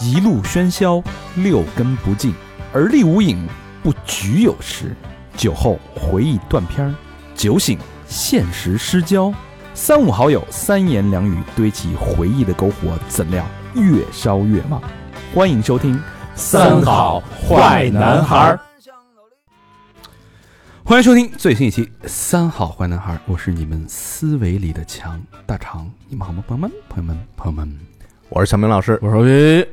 一路喧嚣，六根不净，而立无影，不局有时。酒后回忆断片儿，酒醒现实失焦。三五好友，三言两语堆起回忆的篝火，怎料越烧越旺。欢迎收听《儿。欢迎收听最新一期《三好坏男孩》，我是你们思维里的强大肠，你们好吗？朋友们，朋友们，朋友们，我是小明老师，我是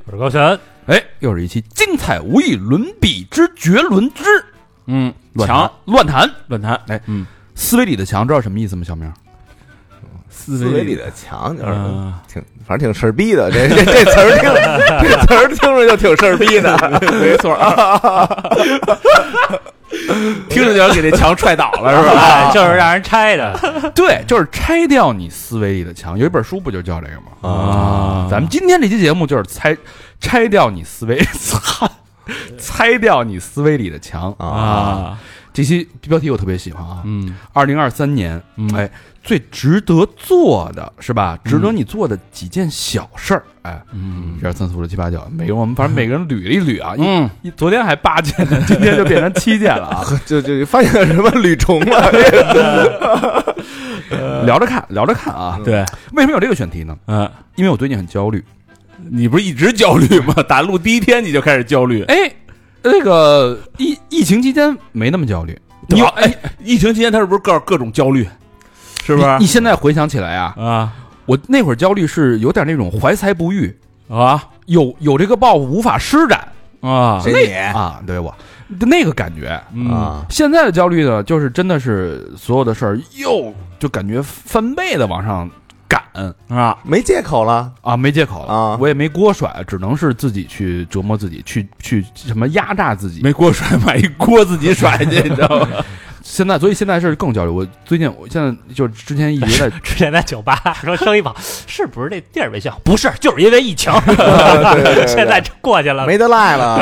我是高璇，哎，又是一期精彩无与伦比之绝伦之嗯，乱强谈乱谈。论坛，哎，嗯，思维里的强，知道什么意思吗？小明，思思维里的强就是嗯挺，反正挺事儿逼的。这这 这词儿听， 这词儿听着就挺事儿逼的，没错听着就想给这墙踹倒了，是吧？哎，就是让人拆的， 对，就是拆掉你思维里的墙。有一本书不就叫这个吗？啊咱们今天这期节目就是拆拆掉你思维， 擦拆掉你思维里的墙。啊！ 啊，这期标题我特别喜欢啊，嗯二零二三年，嗯哎，最值得做的是吧？值得你做的几件小事儿，哎，嗯一二三四五六七八九，每个我们反正每个人捋了一捋啊，一嗯，一昨天还八 件呢，今天就变成七件了啊！ 就就发现什么旅虫 了，嗯聊着看，聊着看啊！ 对，为什么有这个选题呢？嗯，因为我最近很焦虑。你不是一直焦虑吗？ 打录第一天你就开始焦虑，哎，那个疫疫情期间没那么焦虑，你哎，疫情期间他是不是各各种焦虑？是不是你？你现在回想起来啊，啊我那会儿焦虑是有点那种怀才不遇，啊有有这个抱负无法施展啊谁啊，对我那个感觉。你嗯啊？现在的焦虑呢，就是真的是所有的事儿又就感觉翻倍的往上赶啊，没借口了啊，没借口了啊我也没锅甩，只能是自己去折磨自己，去去什么压榨自己。没锅甩， 买一锅自己甩去，你知道吗？现在，所以现在是更焦虑。我最近，我现在就之前一直在之前在酒吧 说生意不好，是不是这地儿没选好？不是，就是因为疫 情，对对 对现在这过去了。没得赖了，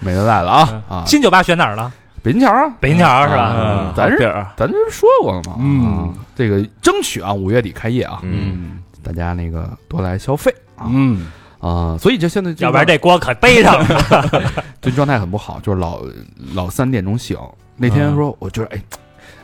美得来了 啊啊！新酒吧选哪儿了？北京桥啊，北京桥是吧？嗯啊咱是好地儿啊，咱这不是说过了吗？嗯啊，这个争取啊，五月底开业啊，嗯，大家那个多来消费啊嗯啊！所以就现在，要不然这锅可背上了。这状态很不好，就是老老三点钟醒。那天说，我觉得哎，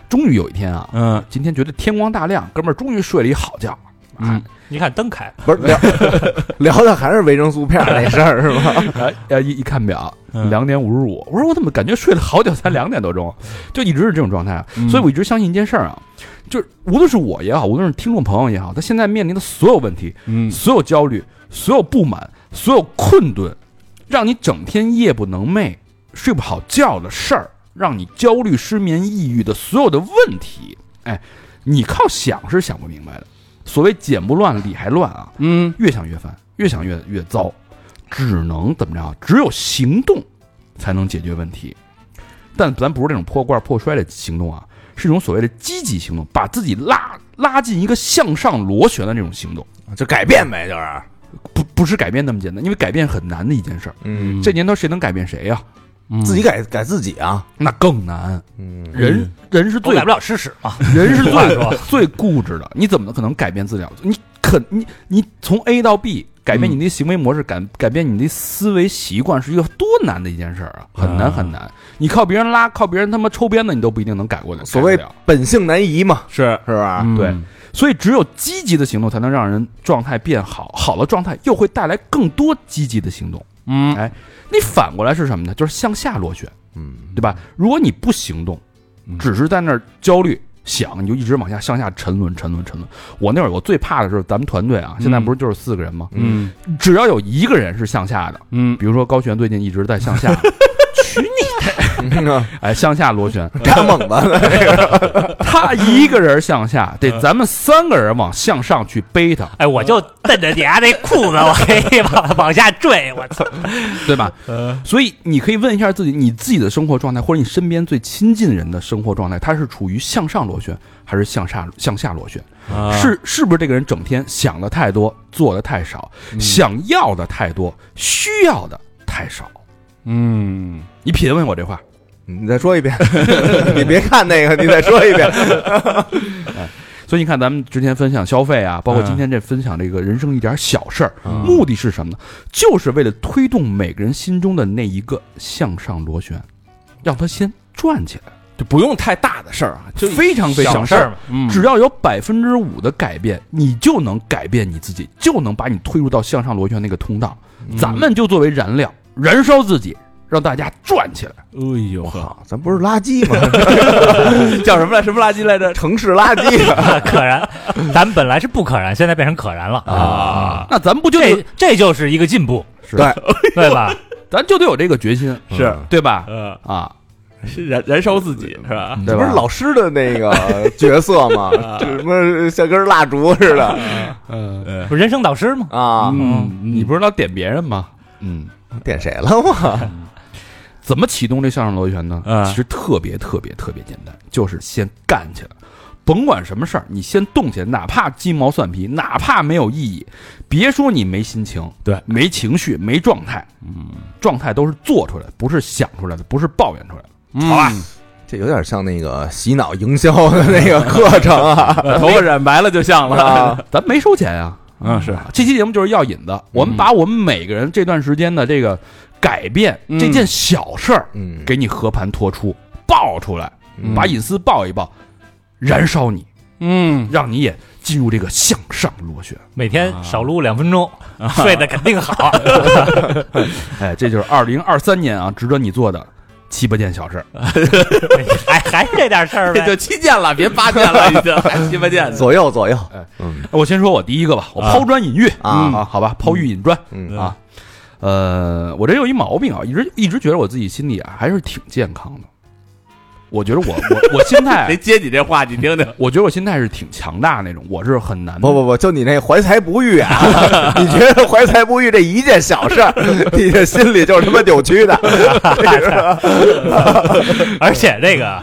终于有一天啊，嗯今天觉得天光大亮，哥们儿终于睡了一好觉。嗯 你看灯开， 不是聊 聊的还是维生素片儿那事儿是吗？哎，呃一一看表，嗯两点五十五。我说我怎么感觉睡了好久才两点多钟，啊就一直是这种状态啊。嗯所以我一直相信一件事儿啊，就是无论是我也好，无论是听众朋友也好，他现在面临的所有问题、嗯所有焦虑、所有不满、所有困顿，让你整天夜不能寐、睡不好觉的事儿，让你焦虑、失眠、抑郁的所有的问题，哎，你靠想是想不明白的。所谓剪不乱理还乱啊，嗯越想越烦，越想越越糟，只能怎么着？只有行动才能解决问题。但咱不是那种破罐破摔的行动啊，是一种所谓的积极行动，把自己拉拉进一个向上螺旋的那种行动， 就改变呗，就是，不不是改变那么简单，因为改变很难的一件事儿。嗯，这年头谁能改变谁呀、嗯自己改改自己啊，那更难。嗯，人人是我最改不了吃屎啊嘛。人是话最说 最固执的，你怎么可能改变自己了？你肯你你从 A 到 B，改变你的行为模式，改改变你的思维习惯，是一个多难的一件事儿啊，很难啊很难。你靠别人拉，靠别人他妈抽鞭子，你都不一定能改过来。所谓改不了本性难移嘛，是是吧？嗯对所以只有积极的行动才能让人状态变好，好的状态又会带来更多积极的行动。哎嗯你反过来是什么呢？就是向下螺旋，嗯，对吧？如果你不行动，嗯只是在那儿焦虑想，你就一直往下向下沉沦，沉沦，沉沦。我那会儿我最怕的是咱们团队啊，现在嗯不是就是四个人吗？嗯只要有一个人是向下的，嗯比如说高璇最近一直在向 下， 哎，向下螺旋，大猛 子，他一个人向下，嗯得咱们三个人往向上去背他，哎，我就瞪着底下那裤子，我可以 往往下坠。我操！对吧？呃所以你可以问一下自己，你自己的生活状态，或者你身边最亲近人的生活状态，他是处于向上螺旋还是向下向下螺旋？啊是是不是这个人整天想的太多，做的太少，嗯想要的太多，需要的太少？嗯你品味我这话， 你再说一遍，你别看那个，你再说一遍，所以你看，咱们之前分享消费啊，包嗯括今天这分享这个人生一点小事儿，嗯目的是什么呢？就是为了推动每个人心中的那一个向上螺旋，让他先转起来。就不用太大的事儿啊，就非常非常小事儿嘛，嗯只要有百分之五的改变，你就能改变你自己，就能把你推入到向上螺旋那个通道。咱们就作为燃料，燃烧自己，让大家转起来。哎呦我呵，靠，咱不是垃圾吗？ 叫什么来？什么垃圾来着？城市垃圾， 啊可燃，咱们本来是不可燃，现在变成可燃了啊！那咱们不就这得，这就是一个进 步， 对，对吧？咱就得有这个决心，是对吧？嗯呃，啊，是燃燃烧自己是吧？对这嗯不吧？是老师的那个角色吗？ 就什么像根蜡烛似的嗯呃，不是人生导师吗？啊？嗯，你不是老点别人吗？嗯，点谁了我？怎么启动这向上螺旋呢？嗯其实特别特别特别简单，就是先干起来，甭管什么事儿，你先动起来，哪怕鸡毛蒜皮，哪怕没有意义，别说你没心情，对，没情绪，没状态，嗯，状态都是做出来的，不是想出来的，不是抱怨出来的。好吧，这有点像那个洗脑营销的那个课程 啊头发染白了就像了。啊！ 咱没收钱呀、嗯，是这期节目就是要引子，我们把我们每个人这段时间的这个改变、嗯这件小事儿，嗯，给你和盘托出，爆出来，嗯把隐私爆一爆，燃烧你，嗯，让你也进入这个向上螺旋。 每天啊少撸两分钟，睡得肯定好。 哎，这就是二零二三年啊，值得你做的七八件小事儿。还还是这点事儿 这 就呗。七件了，别八件了，已经还七八件呢。左右左右哎，嗯我先说我第一个吧，我抛砖引玉啊嗯好吧，抛玉引砖。嗯啊，呃，我这有一毛病啊，一直一直觉得我自己心里啊还是挺健康的。我觉得我我我心态哎 谁，接你这话？你听听，我觉得我心态是挺强大那种，我是很难不不不，就你那怀才不遇啊！ 你觉得怀才不遇这一件小事儿， 你这心里就是他妈扭曲的。 而且这个，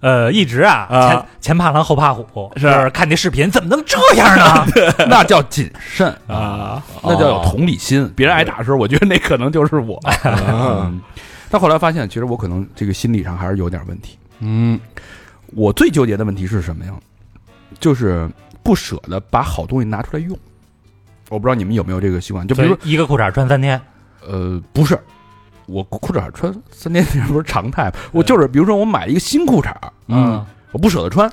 呃，一直啊，啊前前怕狼后怕虎，是就是看那视频怎么能这样呢？那叫谨慎 啊，哦那叫有同理心。别人挨打的时候，我觉得那可能就是我。嗯但后来发现，其实我可能这个心理上还是有点问题。嗯我最纠结的问题是什么呀？就是不舍得把好东西拿出来用。我不知道你们有没有这个习惯，就比如就说，一个裤衩穿三天，呃，不是，我裤衩穿三天不是常态吗，我就是比如说我买一个新裤衩，嗯，我不舍得穿。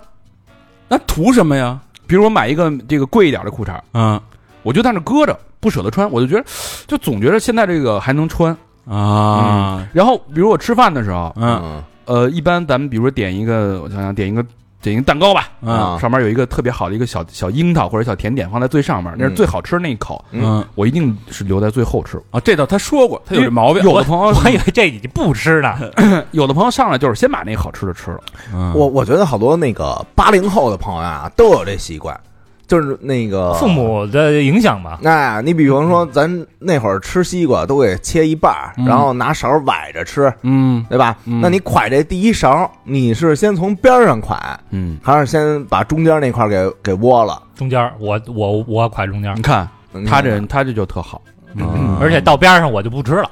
那图什么呀？比如我买一个这个贵一点的裤衩，嗯我就在那搁着，不舍得穿，我就觉得，就总觉得现在这个还能穿。啊，然后，比如我吃饭的时候，嗯呃，一般咱们比如说点一个，我想想，点一个点一个蛋糕吧，嗯上面有一个特别好的一个小小樱桃或者小甜点放在最上面，那是嗯最好吃那一口，嗯我一定是留在最后吃。啊，这倒他说过，他有这毛病。有的朋友嗯我 以为这已经不吃 呢。 啊有的朋友上来就是先把那个好吃的吃了，嗯我我觉得好多那个八零后的朋友啊，都有这习惯，就是那个父。母的影响嘛，哎，你比方说，咱那会儿吃西瓜都给切一半儿，嗯然后拿勺崴着吃，嗯对吧？嗯那你蒯这第一勺，你是先从边儿上蒯，嗯，还是先把中间那块儿给给窝了？中间儿我我我蒯中间儿你，看嗯他这人他这就特好， 嗯而且到边上我就不吃了，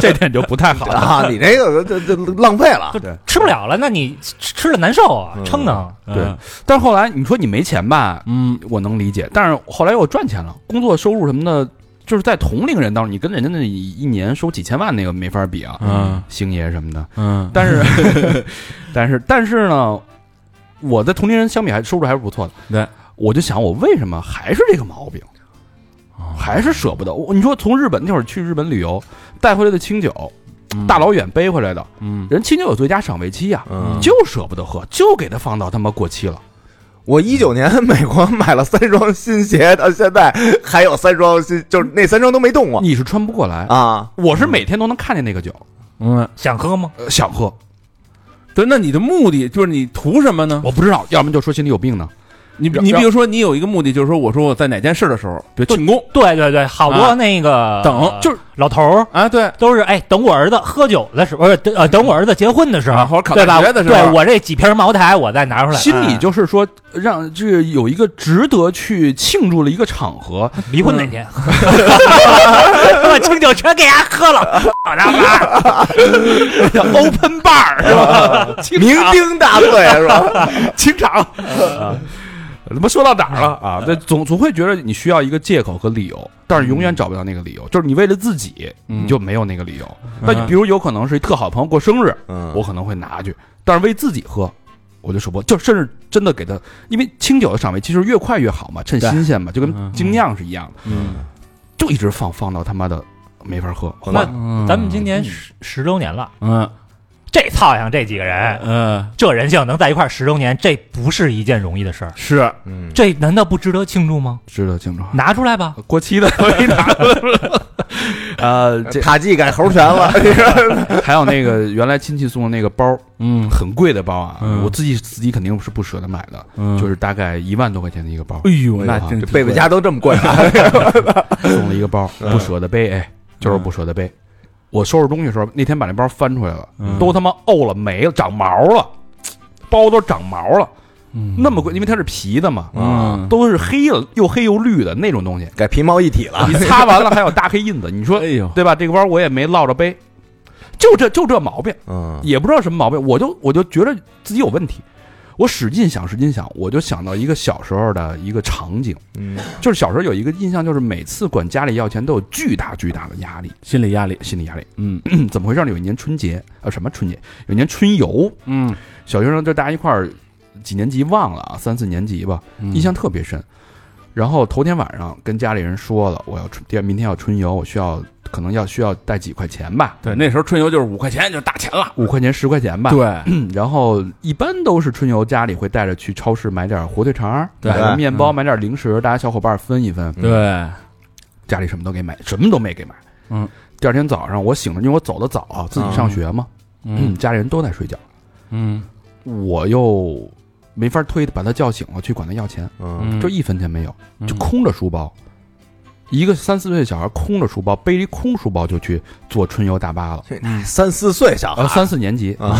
这点就不太好了。 啊，你这个这这这浪费了就对吃不了了。那你吃吃了难受啊，嗯撑的。对，但是后来你说你没钱吧，嗯我能理解，但是后来我赚钱了，工作收入什么的，就是在同龄人当中，你跟人家那一年收几千万那个没法比啊，嗯星爷什么的。嗯，但是，但是，但是呢，我在同龄人相比还收入还是不错的。对，我就想我为什么还是这个毛病，还是舍不得。我你说从日本那会儿去日本旅游带回来的清酒，大老远背回来的，嗯人清酒有最佳赏味期呀、嗯就舍不得喝，就给它放到他妈过期了。我一九年美国买了三双新鞋，到现在还有三双新，就是那三双都没动过你是穿不过来，啊。我是每天都能看见那个酒，嗯，想喝吗？呃想喝，对，那你的目的就是你图什么呢？我不知道，要么就说心里有病呢。你然你比如说，你有一个目的，就是说，我说我在哪件事的时候，比如对庆功对对对，好啊多那个等就是老头儿啊，对，都是哎，等我儿子喝酒的时候，不是等呃等我儿子结婚的时啊候，或者考对吧大学的时候对我这几瓶茅台我再拿出来，心里哎就是说，让这个有一个值得去庆祝的一个场合，离婚那天，嗯把清酒全给伢喝了，好家伙，啊叫 open bar 是吧？ 清酩酊大醉是吧？ 清场。怎么说到哪儿了啊？那总总会觉得你需要一个借口和理由，但是永远找不到那个理由。就是你为了自己，嗯你就没有那个理由。嗯那你比如有可能是一特好朋友过生日，嗯我可能会拿去，但是为自己喝，我就舍不得。就甚至真的给他，因为清酒的赏味其实越快越好嘛，趁对新鲜嘛，就跟嗯精酿是一样的，嗯，就一直放放到他妈的没法喝。那换咱们今年十十周年了，嗯这操性这几个哎人，嗯这人性能在一块儿十周年，这不是一件容易的事儿，是嗯，这难道不值得庆祝吗？知道清楚。啊嗯拿出来吧，嗯过期 的可以拿了， 呃，这塔季改猴拳 了，还有那个原来亲戚送的那个包，嗯很贵的包啊，嗯我自己自己肯定是不舍得买的，嗯就是大概一万多块钱的一个包，哎呦，那哎呦真这贝贝家都这么贵 啊？送了一个包，嗯不舍得背，哎，嗯就是不舍得背。我收拾东西的时候，那天把那包翻出来了，嗯都他妈沤了、没了、长毛了，包都长毛了，那那么贵，因为它是皮的嘛，嗯都是黑了，又黑又绿的那种 东西，改皮毛一体了，你擦完了还有大黑印子，你说哎呦，对吧？这个包我也没落着背，就这就这毛病，嗯也不知道什么毛病，我就我就觉得自己有问题。我使劲想，使劲想，我就想到一个小时候的一个场景，嗯就是小时候有一个印象，就是每次管家里要钱都有巨大巨大的压力，心理压力，心理压力。嗯嗯，怎么回事呢？有一年春节，呃，什么春节？有一年春游，嗯，小学生就大家一块儿，几年级忘了啊，三四年级吧，嗯印象特别深。然后头天晚上跟家里人说了，我要春，第二明天要春游，我需要可能要需要带几块钱吧，对，那时候春游就是五块钱就大钱了，五块钱十块钱吧。对，嗯然后一般都是春游，家里会带着去超市买点火腿肠儿，对买点面包，嗯买点零食，大家小伙伴分一分。对，家里什么都给买，什么都没给买。嗯，第二天早上我醒了，因为我走的早啊，自己上学嘛，嗯，家里人都在睡觉，嗯我又没法推把他叫醒了去管他要钱，嗯嗯，就一分钱没有，就嗯空着书包。一个三四岁的小孩空着书包，背着一空书包就去坐春游大巴了。嗯，三四岁小呃，孩三四年级，啊，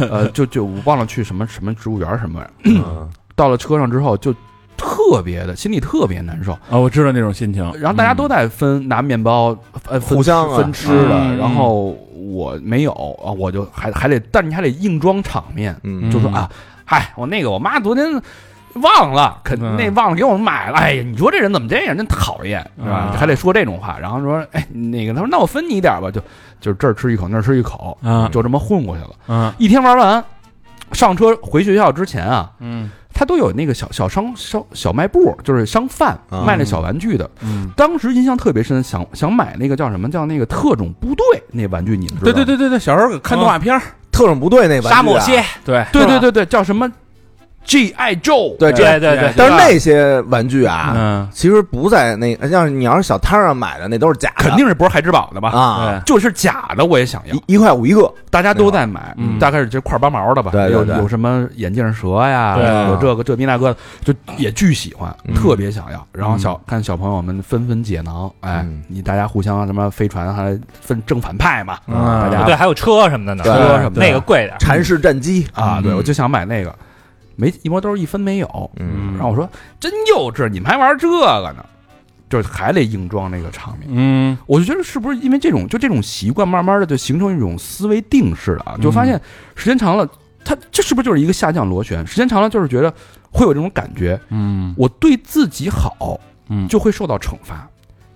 呃，就就我忘了去什么什么植物园儿什么玩意儿。嗯到了车上之后就特别的心里特别难受，啊，我知道那种心情，然后大家都在分、拿面包，呃，分互相啊分吃的，嗯然后我没有啊，我就还还得，但你还得硬装场面，嗯就说嗯啊，嗨，我那个我妈昨天。忘了，肯嗯那忘了给我买了。哎呀，你说这人怎么这样，真讨厌，是吧？嗯啊还得说这种话，然后说，哎，那个，他说那我分你一点吧，就就这儿吃一口，那儿吃一口，嗯啊就这么混过去了。啊一天玩完，上车回学校之前啊，嗯他都有那个小小商小小卖部，就是商贩啊卖那小玩具的。嗯，当时印象特别深，想想买那个叫什么叫那个特种部队那玩具，你们知道对吗？对对对对，小时候看动画片儿，特种部队那玩具啊沙漠蝎，对对对对对，叫什么 G I Joe？对这对对对，但是那些玩具啊，嗯，其实不在那，要是你要是小摊上买的，那都是假的，肯定是不是孩之宝的吧？啊，就是假的，我也想要，一一块五一个，大家都在买，嗯大概是这块八毛的吧，对对对有有什么眼镜蛇呀，对啊有这个这逼那个，就也巨喜欢，嗯特别想要。然后小看小朋友们纷纷解囊，哎嗯，你大家互相什么飞船还分正反派嘛，啊大家对，还有车什么的呢，嗯对车什么的那个贵 点儿，禅式战机，啊，对嗯我就想买那个，没一摸兜一分没有。嗯然后我说真幼稚，你们还玩这个呢，就是还得硬装那个场面。嗯我就觉得是不是因为这种就这种习惯，慢慢的就形成一种思维定式了啊？就嗯发现时间长了，它这是不是就是一个下降螺旋？时间长了就是觉得会有这种感觉，嗯我对自己好嗯就会受到惩罚。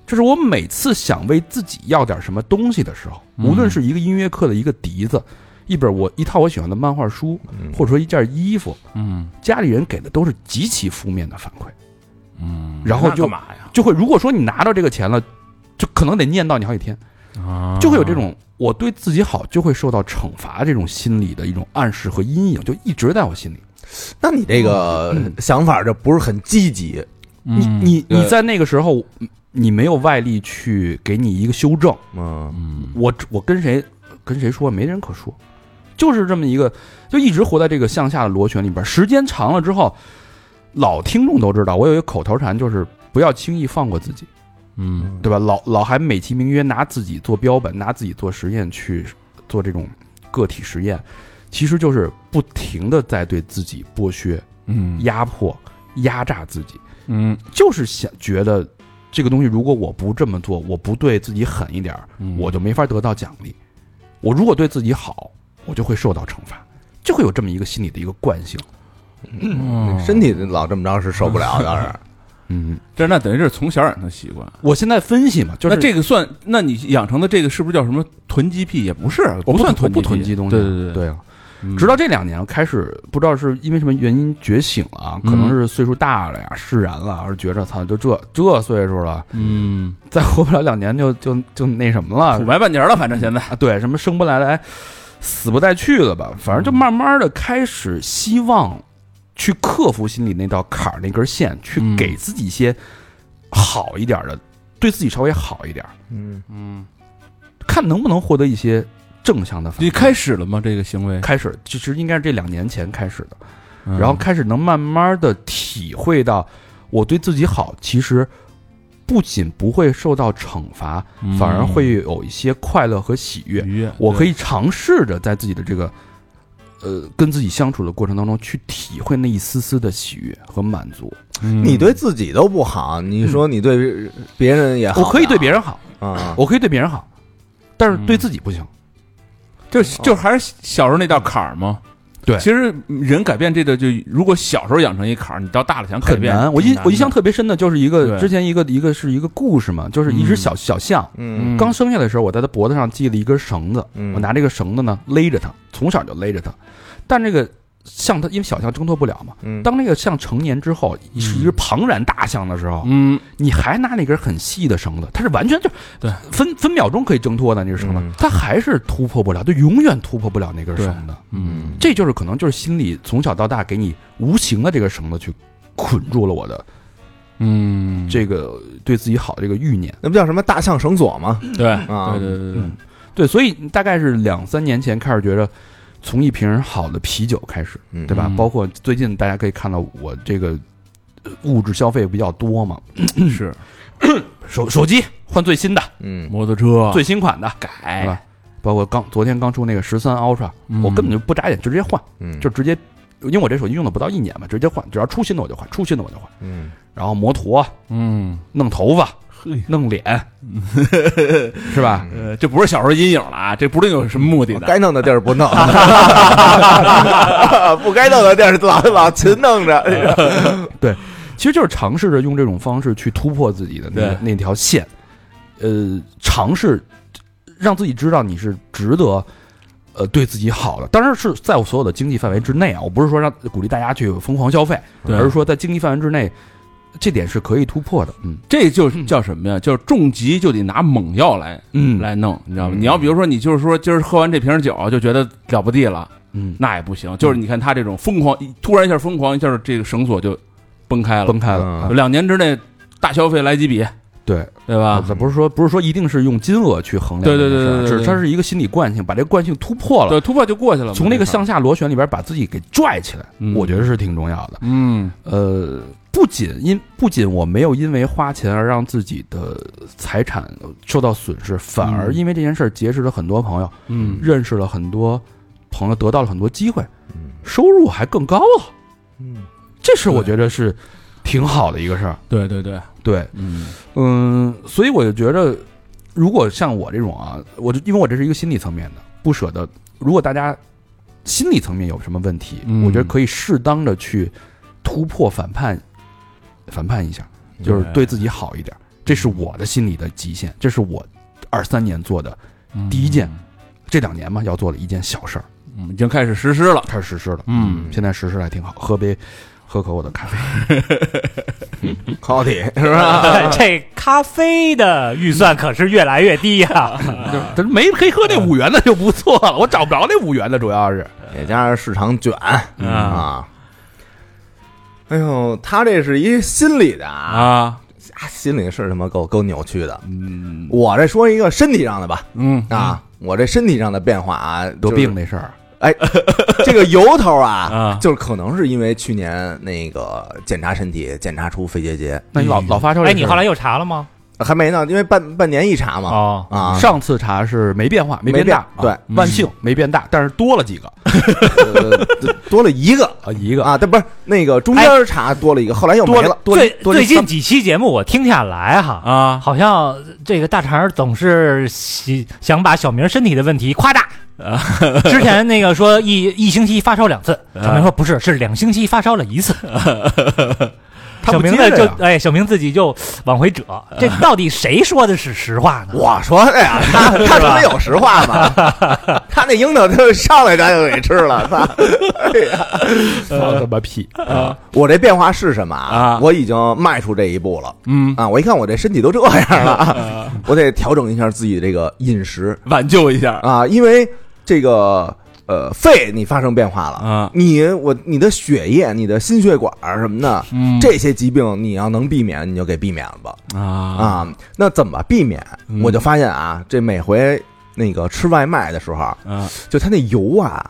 就是我每次想为自己要点什么东西的时候，嗯无论是一个音乐课的一个笛子，一本我一套我喜欢的漫画书，嗯或者说一件衣服，嗯家里人给的都是极其负面的反馈，嗯，然后那就干嘛呀？就会如果说你拿到这个钱了，就可能得念叨你好几天，啊就会有这种我对自己好就会受到惩罚这种心理的一种暗示和阴影，就一直在我心里。那你这个想法就不是很积极，哦你嗯你对你在那个时候，你没有外力去给你一个修正，嗯嗯我我跟谁跟谁说，没人可说，就是这么一个，就一直活在这个向下的螺旋里边。时间长了之后，老听众都知道，我有一个口头禅，就是不要轻易放过自己，嗯对吧？老老还美其名曰拿自己做标本，拿自己做实验去做这种个体实验，其实就是不停的在对自己剥削、嗯压迫、压榨自己，嗯就是想觉得这个东西，如果我不这么做，我不对自己狠一点儿，嗯我就没法得到奖励。我如果对自己好，我就会受到惩罚，就会有这么一个心理的一个惯性。身体老这么着是受 不了，当然。嗯，这那等于是从小养成的习惯。我现在分析嘛，就是那这个算？那你养成的这个是不是叫什么囤积癖？也不是，我不算囤囤不囤积东西，对对对啊。嗯直到这两年开始，不知道是因为什么原因觉醒了啊，嗯可能是岁数大了呀，释然了，而觉着操，就这这岁数了，嗯，再活不了两年就就就那什么了土埋半截了，反正现在啊？对，什么生不来来，死不带去了吧？反正嗯就慢慢的开始希望去克服心里那道坎儿那根线，去嗯给自己一些好一点儿的，对自己稍微好一点儿，嗯，嗯，看能不能获得一些正向的反你馈。开始了吗？这个行为，开始其实应该是这两年前开始的。嗯然后开始能慢慢的体会到，我对自己好，其实不仅不会受到惩罚，嗯反而会有一些快乐和喜悦。愉悦。我可以以尝试着在自己的这个，呃，跟自己相处的过程当中，去体会那一丝丝的喜悦和满足。你对自己都不好，你说你对别人也好，我可以对别人好，啊，我可以对别人好，但是对自己不行。嗯就就还是小时候那道坎儿吗？哦对其实人改变这个，就如果小时候养成一坎儿，你到大了想改很变难，我印挺我印象的特别深的就是一个对之前一个一个是一个故事嘛，就是一只嗯小小象，嗯嗯刚生下来的时候，我在他脖子上系了一根绳子，嗯我拿这个绳子呢勒着他，从小就勒着他。但这个象它因为小象挣脱不了嘛，嗯，当那个象成年之后是一只庞然大象的时候，嗯，你还拿那根很细的绳子，它是完全就对分分秒钟可以挣脱的那个绳嗯子，它还是突破不了，就永远突破不了那根绳子。嗯，这就是可能就是心里从小到大给你无形的这个绳子去捆住了我的嗯，这个对自己好的这个欲念。那不叫什么大象绳索吗？对啊嗯对对对对，对，所以大概是两三年前开始觉得，从一瓶好的啤酒开始，嗯对吧？嗯包括最近大家可以看到我这个呃物质消费比较多嘛，是嗯 手手机换最新的、嗯摩托车最新款的，对啊吧改，？包括刚昨天刚出那个十三 Ultra，嗯我根本就不眨眼就直接换，嗯，就直接，因为我这手机用了不到一年嘛，直接换，只要出新的我就换，出新的我就换。嗯然后磨图、嗯，弄头发、嘿，弄 脸，是吧？呃，这不是小时候阴影了啊，这不定有什么目的哦的。该弄的地儿不弄， 不该弄的地儿老老勤弄着。哎其实就是尝试着用这种方式去突破自己的那个对那条线，呃，尝试让自己知道你是值得，呃，对自己好的。当然是在我所有的经济范围之内啊，我不是说让鼓励大家去疯狂消费，对而是说在经济范围之内，这点是可以突破的。嗯这就叫什么呀？就是重疾就得拿猛药来嗯来弄，你知道吗？嗯你要比如说，你就是说今儿喝完这瓶酒就觉得了不地了，嗯，那也不行。就是你看他这种疯狂，一突然一下疯狂，一下这个绳索就崩开了，崩开了。嗯啊两年之内大消费来几笔，对，呃对吧？不是说不是说一定是用金额去衡量这对个啊对事对儿，对对只对是它是一个心理惯性，把这个惯性突破了，对，突破就过去了嘛。从那个这事儿向下螺旋里边把自己给拽起来，嗯我觉得是挺重要的。嗯呃，不仅因不仅我没有因为花钱而让自己的财产受到损失，反而因为这件事儿结识了很多朋友，嗯认识了很多朋友，得到了很多机会嗯，收入还更高了。嗯这是我觉得是挺好的一个事儿。对对对，对，嗯嗯，所以我就觉得，如果像我这种啊，我就因为我这是一个心理层面的不舍得，如果大家心理层面有什么问题，嗯我觉得可以适当的去突破反叛，反叛一下，就是对自己好一点。这是我的心理的极限，这是我二三年做的第一件，这两年嘛要做的一件小事儿，嗯，已经开始实施了。开始实施了。嗯现在实施的还挺好，喝杯喝口我的 咖啡。好的，是吧？ 这咖啡的预算可是越来越低呀。嗯但是没黑喝那五元的就不错了，我找不着那五元的，主要是。也加上市场卷嗯啊。哎呦，他这是一心理的啊，啊，啊心理是他妈够够扭曲的。嗯我这说一个身体上的吧，嗯啊，我这身体上的变化啊，得就是病那事儿，这个由头啊，啊，就是可能是因为去年那个检查身体，检查出肺结节，那你老老发烧这哎，事儿你后来又查了吗？还没呢，因为半半年一查嘛，哦，啊，上次查是没变化，没变大，变啊万幸没变大，但是多了几个呃 多了一个啊，一 个啊，但不是那个中间查多了一个，后来又没多了了，多最多最近几期节目我听下来哈，啊，好像这个大肠总是喜想把小明身体的问题夸大。 之前那个说一一星期发烧两次，小明说不是，是两星期发烧了一 次。他小不接明呢着就呀哎，小明自己就往回折，这到底谁说的是实话呢？ 我说的呀，他他他妈有实话吗？他那樱桃就上来咱就给吃了，操！ 哎呀，放他妈屁，呃啊我这变化是什么啊我已经迈出这一步了嗯，啊！我一看我这身体都这样了啊，我得调整一下自己这个饮食挽救一下啊，因为这个呃肺你发生变化了。啊，你我你的血液、你的心血管儿什么的，嗯这些疾病你要能避免，你就给避免了吧。啊啊，那怎么避免？嗯我就发现啊，这每回那个吃外卖的时候，啊，就它那油啊，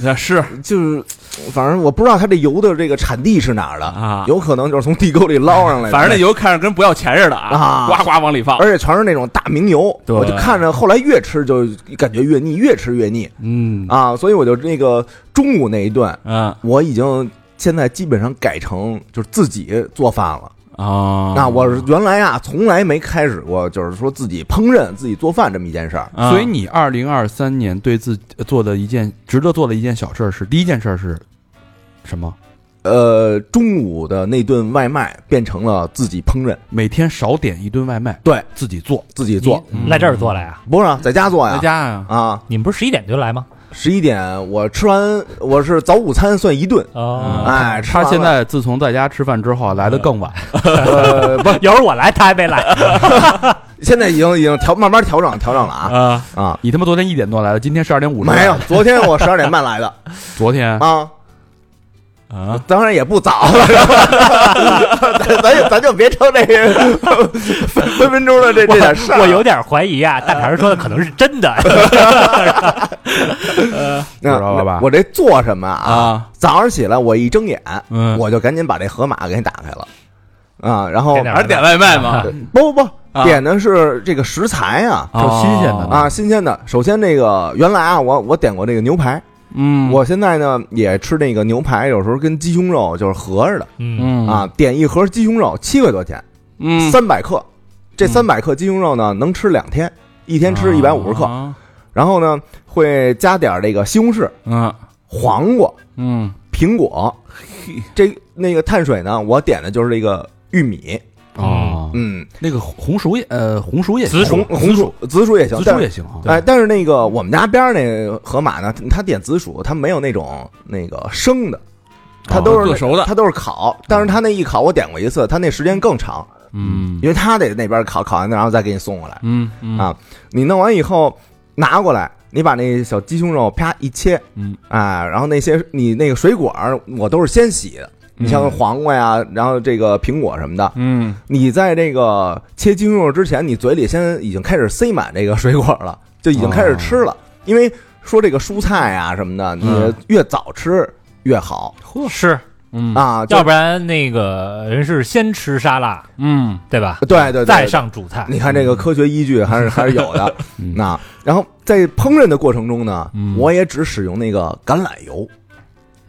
那是就是反正我不知道它这油的这个产地是哪儿的啊有可能就是从地沟里捞上来的，反正那油看着跟不要钱似的啊啊，呱呱往里放，而且全是那种大明油，对我就看着后来越吃就感觉越腻，越吃越腻嗯啊，所以我就那个中午那一顿，啊我已经。现在基本上改成就是自己做饭了。啊，哦那我原来啊从来没开始过，就是说自己烹饪、自己做饭这么一件事儿。啊，所以你二零二三年对自己做的一件值得做的一件小事儿是，第一件事儿是什么？呃，中午的那顿外卖变成了自己烹饪，每天少点一顿外卖，对自己做。自己做，你来这儿做来啊？不是啊在家做呀。在家呀，啊，你们不是十一点就来吗？十一点我吃完，我是早午餐算一顿，哦，哎，吃啊他完现了在自从在家吃饭之后啊来的更晚，呃不，有时候我来，他还没来。现在已经已经调慢慢调整调整了啊 啊啊，你他妈昨天一点多来的，今天十二点五十。没有，，昨天我十二点半来的昨天啊，啊，当然也不早了，咱 咱就咱就别成这个分分分钟的这这点事儿，啊我有点怀疑啊，大肠说的可能是真 的。那知道了吧嗯我这做什么啊？早上起来我一睁眼，嗯我就赶紧把这盒马给打开了啊，然后点点还是点外卖嘛呃不不不，啊点的是这个食材啊哦挺新鲜的呢啊，新鲜的。首先那个原来啊，我我点过这个牛排，嗯我现在呢也吃那个牛排，有时候跟鸡胸肉就是合着的嗯，嗯啊，点一盒鸡胸肉七块多钱，嗯，三百克，这三百克鸡胸肉呢能吃两天。一天吃一百五十克，啊，然后呢会加点这个西红柿、嗯黄瓜、嗯苹果，这那个碳水呢，我点的就是这个玉米，哦，嗯，那个红薯也呃红薯也行啊紫薯红红薯、紫薯也行，紫但薯也行啊。哎，但是那个我们家边儿那个河马呢，它点紫薯，它没有那种那个生的，它都是做熟的它都是烤。但是它那一烤，我点过一次，它那时间更长，嗯因为它得那边烤，烤完然后再给你送过来。嗯嗯啊你弄完以后拿过来，你把那小鸡胸肉啪一切，嗯啊，然后那些你那个水果儿我都是先洗的，嗯你像黄瓜呀，然后这个苹果什么的，嗯你在这个切鸡胸肉之前，你嘴里先已经开始塞满这个水果了， 就已经开始吃了。哦因为说这个蔬菜啊什么的，你嗯越早吃越好、是，嗯啊。就要不然那个人是先吃沙拉，嗯对吧？对对对，再上主菜。你看这个科学依据还是还是有的。嗯 那然后在烹饪的过程中呢，嗯我也只使用那个橄榄油。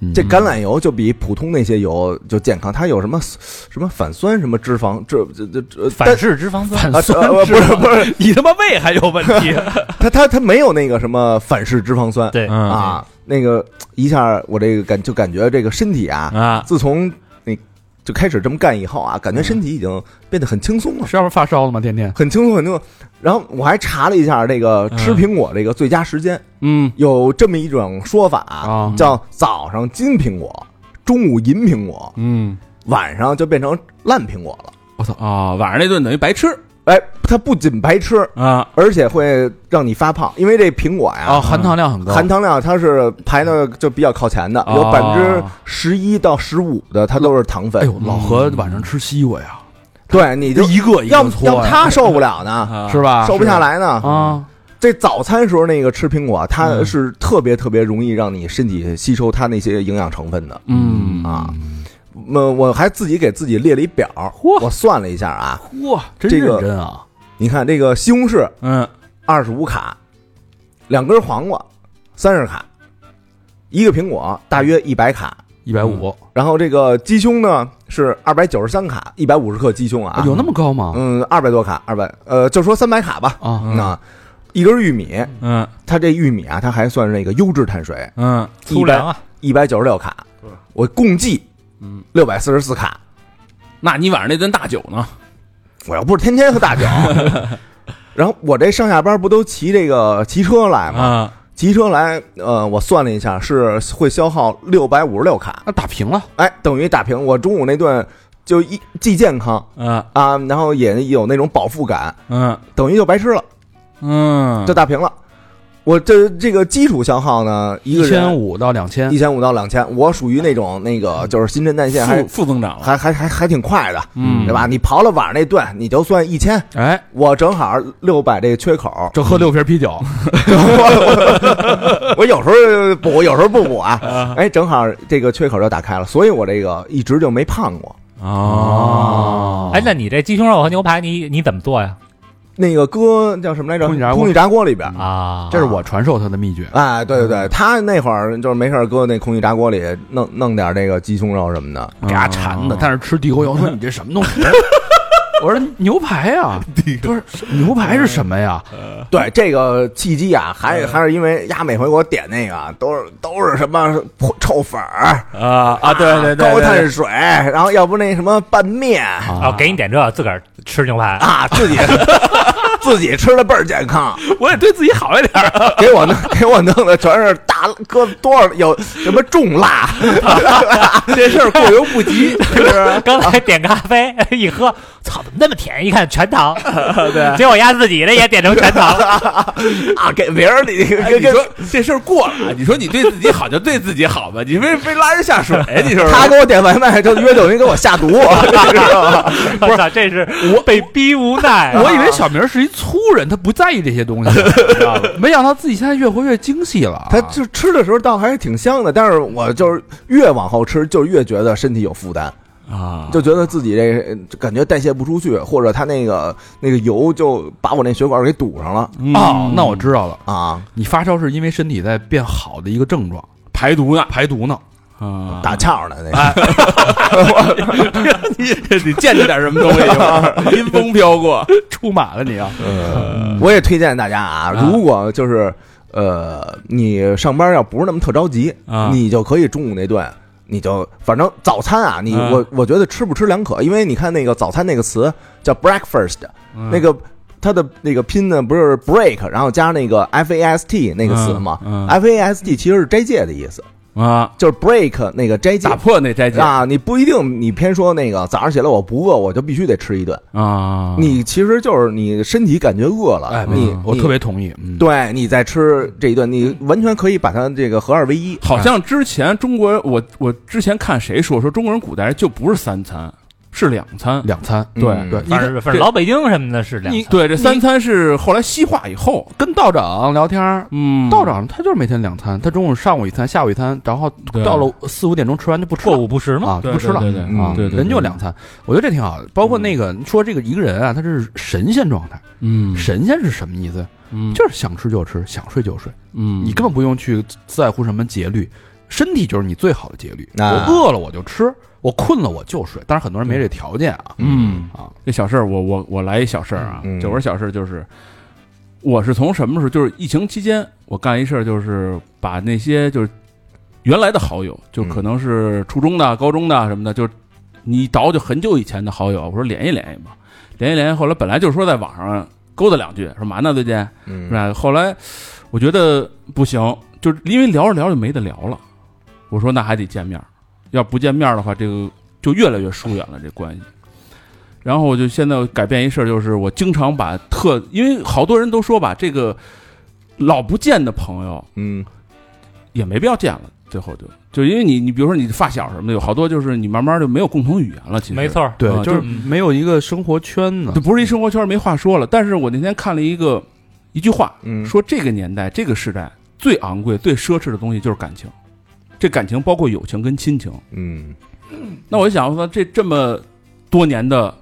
嗯这橄榄油就比普通那些油就健康，它有什么什么反酸、什么脂肪，这这这这反式脂肪酸， 啊，这呃不是不是，你他妈胃还有问题它它它没有那个什么反式脂肪酸，对，嗯啊，那个一下我这个感就感觉这个身体嗯啊，啊自从那就开始这么干以后啊，感觉身体已经变得很轻松了，是要不是发烧了吗？天天很轻松很轻松。然后我还查了一下这个吃苹果这个最佳时间，嗯有这么一种说法、啊叫早上金苹果，中午银苹果，嗯，晚上就变成烂苹果了。我操啊，晚上那顿等于白吃哎，它不仅白吃，啊而且会让你发胖，因为这苹果呀，啊，含糖量很高，含糖量它是排的就比较靠前的，有哦百分之十一到十五的它都是糖分。哎呦，老何晚上吃西瓜呀，对，你就一个一要个不搓要不呀他受不了呢，啊是吧？瘦不下来呢。啊，这早餐时候那个吃苹果啊，它嗯是特别特别容易让你身体吸收它那些营养成分的。嗯啊，我我还自己给自己列了一表，我算了一下啊，哇，真这个认真啊！你看这个西红柿嗯，二十五卡，两根黄瓜三十卡，一个苹果大约一百卡，一百五，然后这个鸡胸呢是二百九十三卡，一百五十克鸡胸啊，哎有那么高吗？嗯二百多卡，二百呃就说三百卡吧，啊，嗯那一根玉米，嗯它这玉米啊，它还算是那个优质碳水，嗯粗粮啊，一百九十六卡，我共计嗯，六百四十四卡，那你晚上那顿大酒呢？我要不是天天喝大 酒，然后我这上下班不都骑这个骑车来吗？啊，骑车来，呃，我算了一下，是会消耗六百五十六卡，那打平了，哎，等于打平我中午那顿就一既健康嗯啊，然后也有那种饱腹感，嗯等于就白吃了，嗯，就打平了。我这这个基础消耗呢，一个一千人五到两千一，千五到两千，我属于那种那嗯个就是新陈代谢还负负增长了，还还还还挺快的，嗯对吧？你刨了晚上那顿，你就算一千，哎，，我正好六百这个缺口 就喝六瓶啤酒，啊我有时候补，有时候不补啊，哎，正好这个缺口就打开了，所以我这个一直就没胖过。哦， 哎，那你这鸡胸肉和牛排你你怎么做呀？那个搁叫什么来着？空气炸锅嗯空气炸锅里边。啊，这是我传授他的秘诀。哎，对嗯对对，他那会儿就是没事儿搁那空气炸锅里弄弄点这个鸡胸肉什么的，给他馋啊的，但是吃地沟油，我说你这什么东西？ 我说牛排呀，不是牛排是什么呀？对这个契机啊，嗯还还是因为呀，每回给我点那个都是都是什么臭粉儿啊啊，对对对，高对碳水，然后要不那什么拌面啊，给你点这，自个儿吃牛排， 啊，自己自己吃的倍儿健康，我也对自己好一点儿。啊给我弄 给我弄的全是大搁多少有什么重 辣，这事儿过犹不及，是不是？刚才点咖啡一喝，操，怎么那么甜？一看全糖，对，结果丫自己的也点成全糖，啊，给别人你哎跟你跟说这事儿过了，啊你说你对自己好就对自己好吧，你为非拉人下水，哎你说他给我点外卖，就约等于给我 下毒，知道吧？我操，这是我被逼无奈哎啊。我以为小明是一粗人，他不在意这些 东西，你知道吗没想到自己现在越活越精细了啊。他就吃的时候倒还是挺香的，但是我就是越往后吃，就越觉得身体有负担，啊，就觉得自己这呃感觉代谢不出去，或者他那个那个油就把我那血管给堵上了哦，那我知道了，啊。你发烧是因为身体在变好的一个症状，排毒呢排毒呢。啊，打翘呢那个。你 你见着点什么东西一会儿， 阴风飘过，出马了你啊！呃我也推荐大家啊，如果就是呃，你上班要不是那么特着急，啊你就可以中午那顿。你就反正早餐啊，你嗯我我觉得吃不吃两可，因为你看那个早餐那个词叫 breakfast，那嗯个它的那个拼呢不是 break，然后加那个 f a s t 那个词吗嗯嗯？f a s t 其实是斋戒的意思，啊，就是 break 那个斋戒打破那斋戒啊，你不一定你偏说那个早上起来我不饿，我就必须得吃一顿，啊你其实就是你身体感觉饿了，哎，你我你特别同意，嗯，对你在吃这一顿，你嗯完全可以把它这个合二为一。好像之前中国，我我之前看谁说说中国人古代就不是三餐，是两餐。两餐嗯对对，反你正反正老北京什么的是两你对，这三餐是后来西化以后，跟道长聊天儿，嗯，道长他就是每天两餐，他中午上午一餐，下午一餐，然后对到了四五点钟吃完就不吃过了午不食嘛。啊，就对不吃了对对嗯啊，对对对人就两餐，我觉得这挺好的。包括那个你说这个一个人啊，他是神仙状态，嗯神仙是什么意思？嗯就是想吃就吃，想睡就睡，嗯，你根本不用去在乎什么节律，身体就是你最好的节律。我啊饿了我就吃，我困了我就睡，当然很多人没这条件啊嗯啊，这小事儿，我我我来一小事儿啊嗯，就我说小事儿就是，我是从什么时候？就是疫情期间，我干一事儿，就是把那些就是原来的好友，就嗯可能是初中的、高中的什么的，就是你倒就很久以前的好友，我说联系联系吧，联系联系。后来本来就说在网上勾搭两句，说嘛呢最近是啊嗯吧？后来我觉得不行，就是因为聊着聊着就没得聊了，我说那还得见面儿，要不见面儿的话，这个就越来越疏远了这关系。然后我就现在改变一事儿，就是我经常把特，因为好多人都说吧，这个老不见的朋友嗯也没必要见了，最后就就因为你你比如说你发小什么的，有好多就是你慢慢就没有共同语言了，其实没错儿，对啊，就是是没有一个生活圈呢这。不是一生活圈，没话说了。但是我那天看了一个一句话，嗯说这个年代这个时代最昂贵、最奢侈的东西就是感情，这感情包括友情跟亲情。嗯那我就想说，这这么多年的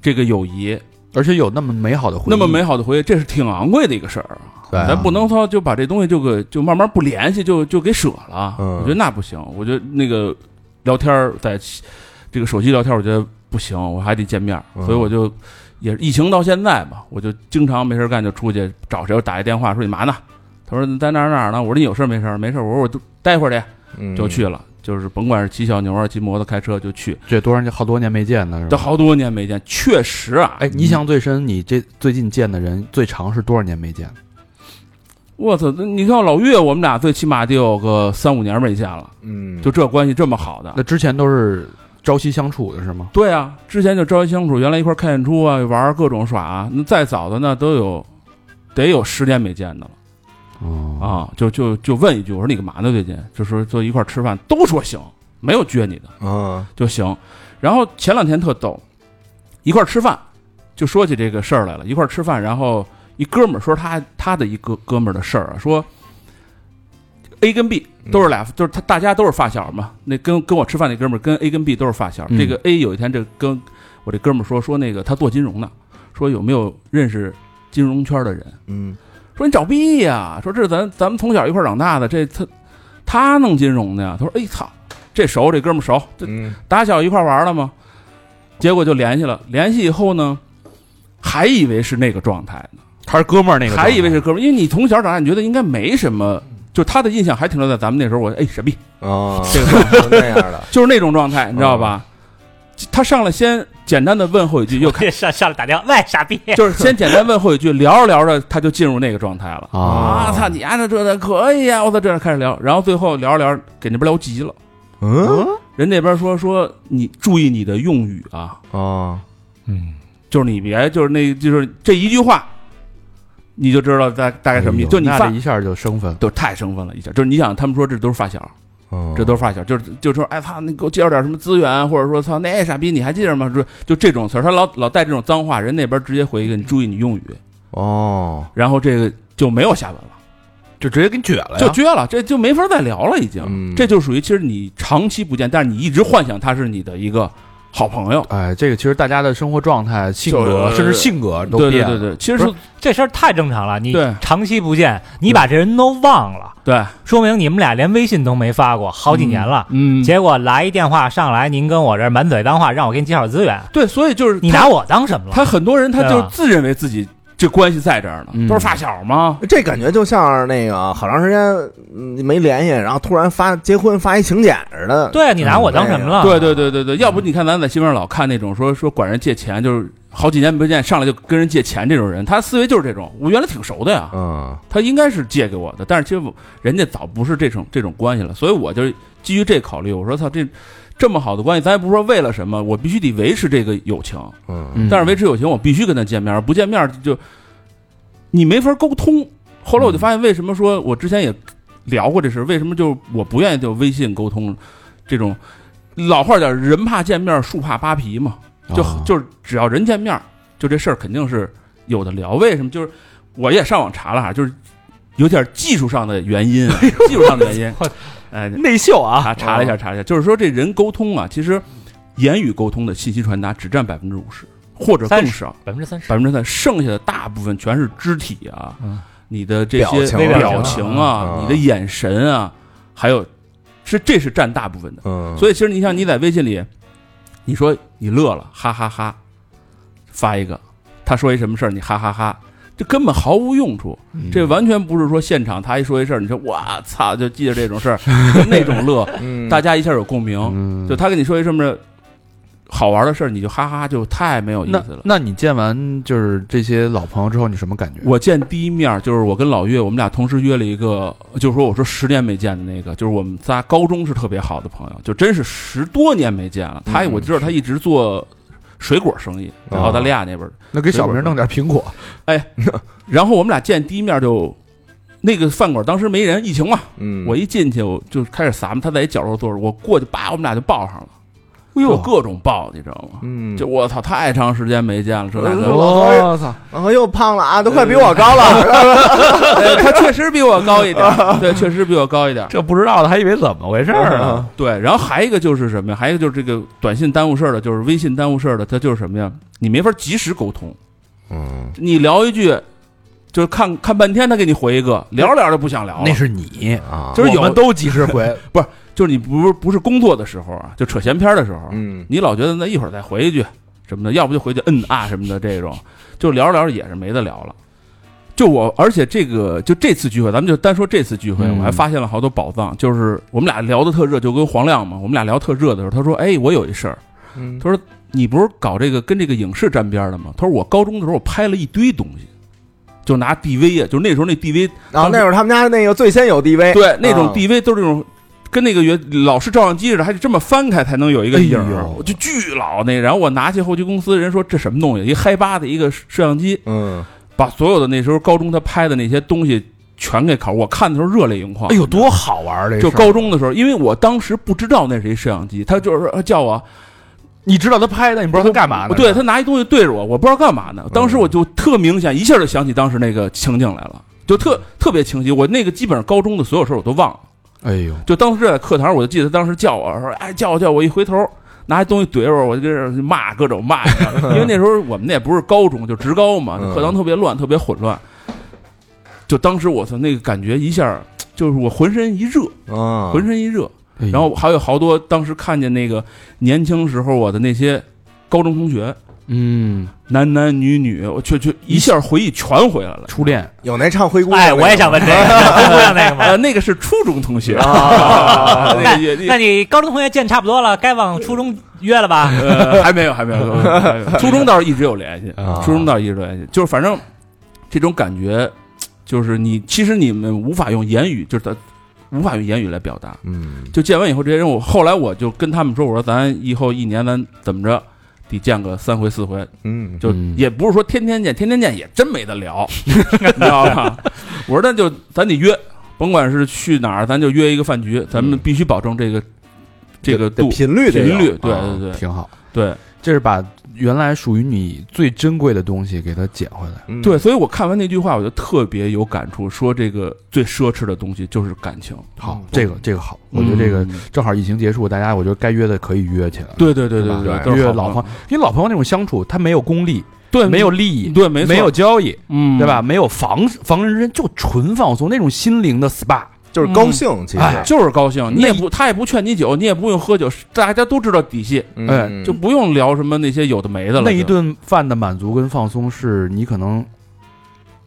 这个友谊，而且有那么美好的回忆，那么美好的回忆，这是挺昂贵的一个事儿啊。对啊咱不能说就把这东西就给就慢慢不联系，就就给舍了。嗯我觉得那不行。我觉得那个聊天儿在这个手机聊天，我觉得不行，我还得见面儿。嗯所以我就也是疫情到现在吧，我就经常没事儿干就出去找谁，我打一电话说你嘛呢？他说在哪儿哪儿呢？我说你有事儿没事儿？没事儿。我说我都待会儿去，嗯，就去了。就是甭管是骑小牛啊，骑摩托、开车就去。这多少年好多年没见呢，是都吧？好多年没见，确实啊，哎，印象最深，你这最近见的人最长是多少年没见？我操！那你看老岳，我们俩最起码得有个三五年没见了，嗯，就这关系这么好的那。之前都是朝夕相处的是吗？对啊，之前就朝夕相处，原来一块儿看演出啊，玩儿各种耍啊。那再早的那都有，得有十年没见的了哦啊！就就就问一句，我说你干嘛呢？最近就说就一块儿吃饭，都说行，没有撅你的啊，就行。然后前两天特逗，一块儿吃饭，就说起这个事儿来了，一块儿吃饭，然后一哥们儿说他他的一个哥们儿的事儿啊，说 A 跟 B 都是俩，就是他大家都是发小嘛。那跟跟我吃饭那哥们儿跟 A 跟 B 都是发小。嗯这个 A 有一天这跟我这哥们儿说说那个他做金融的，说有没有认识金融圈的人？嗯说你找逼呀、说这咱咱们从小一块儿长大的，这他他弄金融的呀？他说哎操，这熟这哥们儿熟，这嗯打小一块玩了吗？结果就联系了，联系以后呢，还以为是那个状态呢，还是哥们儿那个，还以为是哥们儿，因为你从小长大，你觉得应该没什么，就他的印象还停留在咱们那时候，我哎神秘，啊，这 个个那样的，就是那种状态，嗯你知道吧？他上来先简单的问候一句，又开，上上来打电话，喂，傻逼，就是先简单问候 一句，聊着聊着他就进入那个状态了。啊啊，操你丫的这的可以呀、啊我操，这样开始聊，然后最后聊着聊，着给那边聊急了，嗯人那边说说你注意你的用语啊，啊，嗯，就是你别就是那就是这一句话，你就知道大大概什么意哎思。呦就你那发这一下就生分，就太生分了一下，就是你想他们说这都是发哦小，哦这都是发小，就是就说哎操，你给我介绍点什么资源，或者说操那傻逼你还记着吗？就就这种词儿，他老老带这种脏话，人那边直接回一个你注意你用语，哦，然后这个就没有下文了，就直接给你撅了就撅了，这就没法再聊了，已经。嗯这就属于其实你长期不见，但是你一直幻想他是你的一个好朋友，哎，这个其实大家的生活状态、性格，就甚至性格都对对变对了。对，其实不是是这事儿太正常了。你对长期不见，你把这人都忘了，对说明你们俩连微信都没发过好几年了。嗯，结果来一电话上来，您跟我这儿满嘴当话，让我给你介绍资源，对，所以就是你他拿我当什么了？他很多人他对就吧自认为自己这关系在这儿呢，嗯都是发小嘛。这感觉就像是那个好长时间嗯没联系，然后突然发结婚发一请柬似的。对你拿我当什么了？对对对对对，要不你看咱在新闻上老看那种说说管人借钱，就是好几年没见，上来就跟人借钱这种人，他思维就是这种。我原来挺熟的呀，嗯，他应该是借给我的，但是其实我人家早不是这种这种关系了，所以我就基于这考虑，我说操这。这么好的关系，咱也不说为了什么，我必须得维持这个友情。嗯嗯但是维持友情，我必须跟他见面，不见面就你没法沟通。嗯后来我就发现，为什么说我之前也聊过这事，为什么就我不愿意就微信沟通这种老话叫“人怕见面，树怕扒皮”嘛，就、啊就是只要人见面，就这事儿肯定是有的聊。为什么？就是我也上网查了哈，就是有点技术上的 原因，技术上的原因我，哎，内秀啊，查查了一下，查了一下，就是说这人沟通啊，其实言语沟通的信息传达只占百分之五十，或者更30少，百分之三十百分之三，剩下的大部分全是肢体啊，嗯你的这表些情啊表情啊，嗯你的眼神啊，还有是这是占大部分的。嗯，所以其实你像你在微信里，你说你乐了，哈哈哈发一个，他说一什么事儿，你哈哈哈。这根本毫无用处，嗯嗯这完全不是说现场他一说一事儿，你说我操，就记着这种事儿，那种乐，以大家一下有共鸣。嗯就他跟你说一什么好玩的事儿，你就哈哈，就太没有意那思了。那你见完就是这些老朋友之后，你什么感觉？我见第一面儿就是我跟老岳，我们俩同时约了一个，就是说我说十年没见的那个，就是我们仨高中是特别好的朋友，就真是十多年没见了。他、嗯我知道他一直做水果生意，哦澳大利亚那边儿。那给小明弄点苹果，然后我们俩见第一面就。那个饭馆当时没人，疫情嘛，嗯，我一进去我就开始撒嘛，他在一角落坐着，我过去叭，我们俩就抱上了，有各种爆，你知道吗？嗯，就我操，太长时间没见了，这那个，我操，啊又胖了啊，都快比我高 了。哎他确实比我高一点儿，对，确实比我高一点儿。这不知道的还以为怎么回事儿啊呢。对，然后还一个就是什么呀？还一个就是这个短信耽误事儿的，就是微信耽误事儿的，它就是什么呀？你没法及时沟通，嗯，你聊一句，就是看看半天，他给你回一个，聊着聊着不想聊了。那是你，啊，就是有我们都及时回，就是你不是不是工作的时候啊，就扯闲篇儿的时候，嗯你老觉得那一会儿再回一句什么的，要不就回去嗯啊什么的这种，就聊着聊着也是没得聊了。就我，而且这个就这次聚会，咱们就单说这次聚会，嗯我还发现了好多宝藏。就是我们俩聊的特热，就跟黄亮嘛，我们俩聊特热的时候，他说：“哎，我有一事儿。”嗯他说：“你不是搞这个跟这个影视沾边儿的吗？”他说：“我高中的时候我拍了一堆东西，就拿 DV 啊，就那时候那 DV 然后啊那会儿他们家那个最先有哎 DV，对，那种啊 DV 都是这种。跟那个原老式照相机似的，还得这么翻开才能有一个影哎儿，呦我就巨老那。然后我拿去后期公司，人说这什么东西？一嗨吧的一个摄像机，嗯，把所有的那时候高中他拍的那些东西全给拷。我看的时候热泪盈眶。哎呦，多好玩儿！这就事儿高，中的时候，因为我当时不知道那是一摄像机，他就是说叫我，你知道他拍的，你不哦知道他干嘛呢？嗯对他拿一东西对着我，我不知道干嘛呢。当时我就特明显，一下就想起当时那个情景来了，就特特别清晰。我那个基本上高中的所有事儿我都忘了。哎呦，就当时在课堂，我就记得他当时叫我说：“哎，叫我叫我！”我一回头，拿一东西怼着我，我就跟这儿骂，各种骂。因为那时候我们那也不是高中，就职高嘛，嗯课堂特别乱，特别混乱。就当时我操，那个感觉一下就是我浑身一热，啊，浑身一热。哎呦然后还有好多当时看见那个年轻时候我的那些高中同学，嗯，男男女女，我却却一下回忆全回来了。初恋，有那唱灰姑娘 那哎，个吗，我也想问 这个，姑娘那个呃，吗？那个是初中同学，啊那那个也也那你高中同学见差不多了，该往初中约 了吧？呃，还没有，还没 有，还没有初中倒是一直有联系啊，初中倒是一直有联系，就是反正这种感觉，就是你其实你们无法用言语，就是他无法用言语来表达。嗯，就见完以后，这些人我后来我就跟他们说，我说咱以后一年咱怎么着得见个三回四回，嗯就嗯也不是说天天见，天天见也真没得聊， 你知道吧？我说那就咱得约，甭管是去哪儿，咱就约一个饭局，咱们嗯必须保证这个这个得度频率得有频率，对啊对对嗯哦挺好。对。这是把原来属于你最珍贵的东西给它捡回来。嗯对，所以我看完那句话，我就特别有感触，说这个最奢侈的东西就是感情。好嗯，这个这个好，我觉得这个嗯正好疫情结束，大家我觉得该约的可以约起来。，对对对对嗯对吧都是约好老朋友朋，因为老朋友那种相处，他没有功利，对嗯没有利益，对没嗯错没有交易，嗯对吧？？没有防防人之间，就纯放松那种心灵的 SPA。就是高兴，其实哎就是高兴，你那也不他也不劝你酒，你也不用喝酒，大家都知道底细，嗯哎嗯就不用聊什么那些有的没的了。那一就顿饭的满足跟放松，是你可能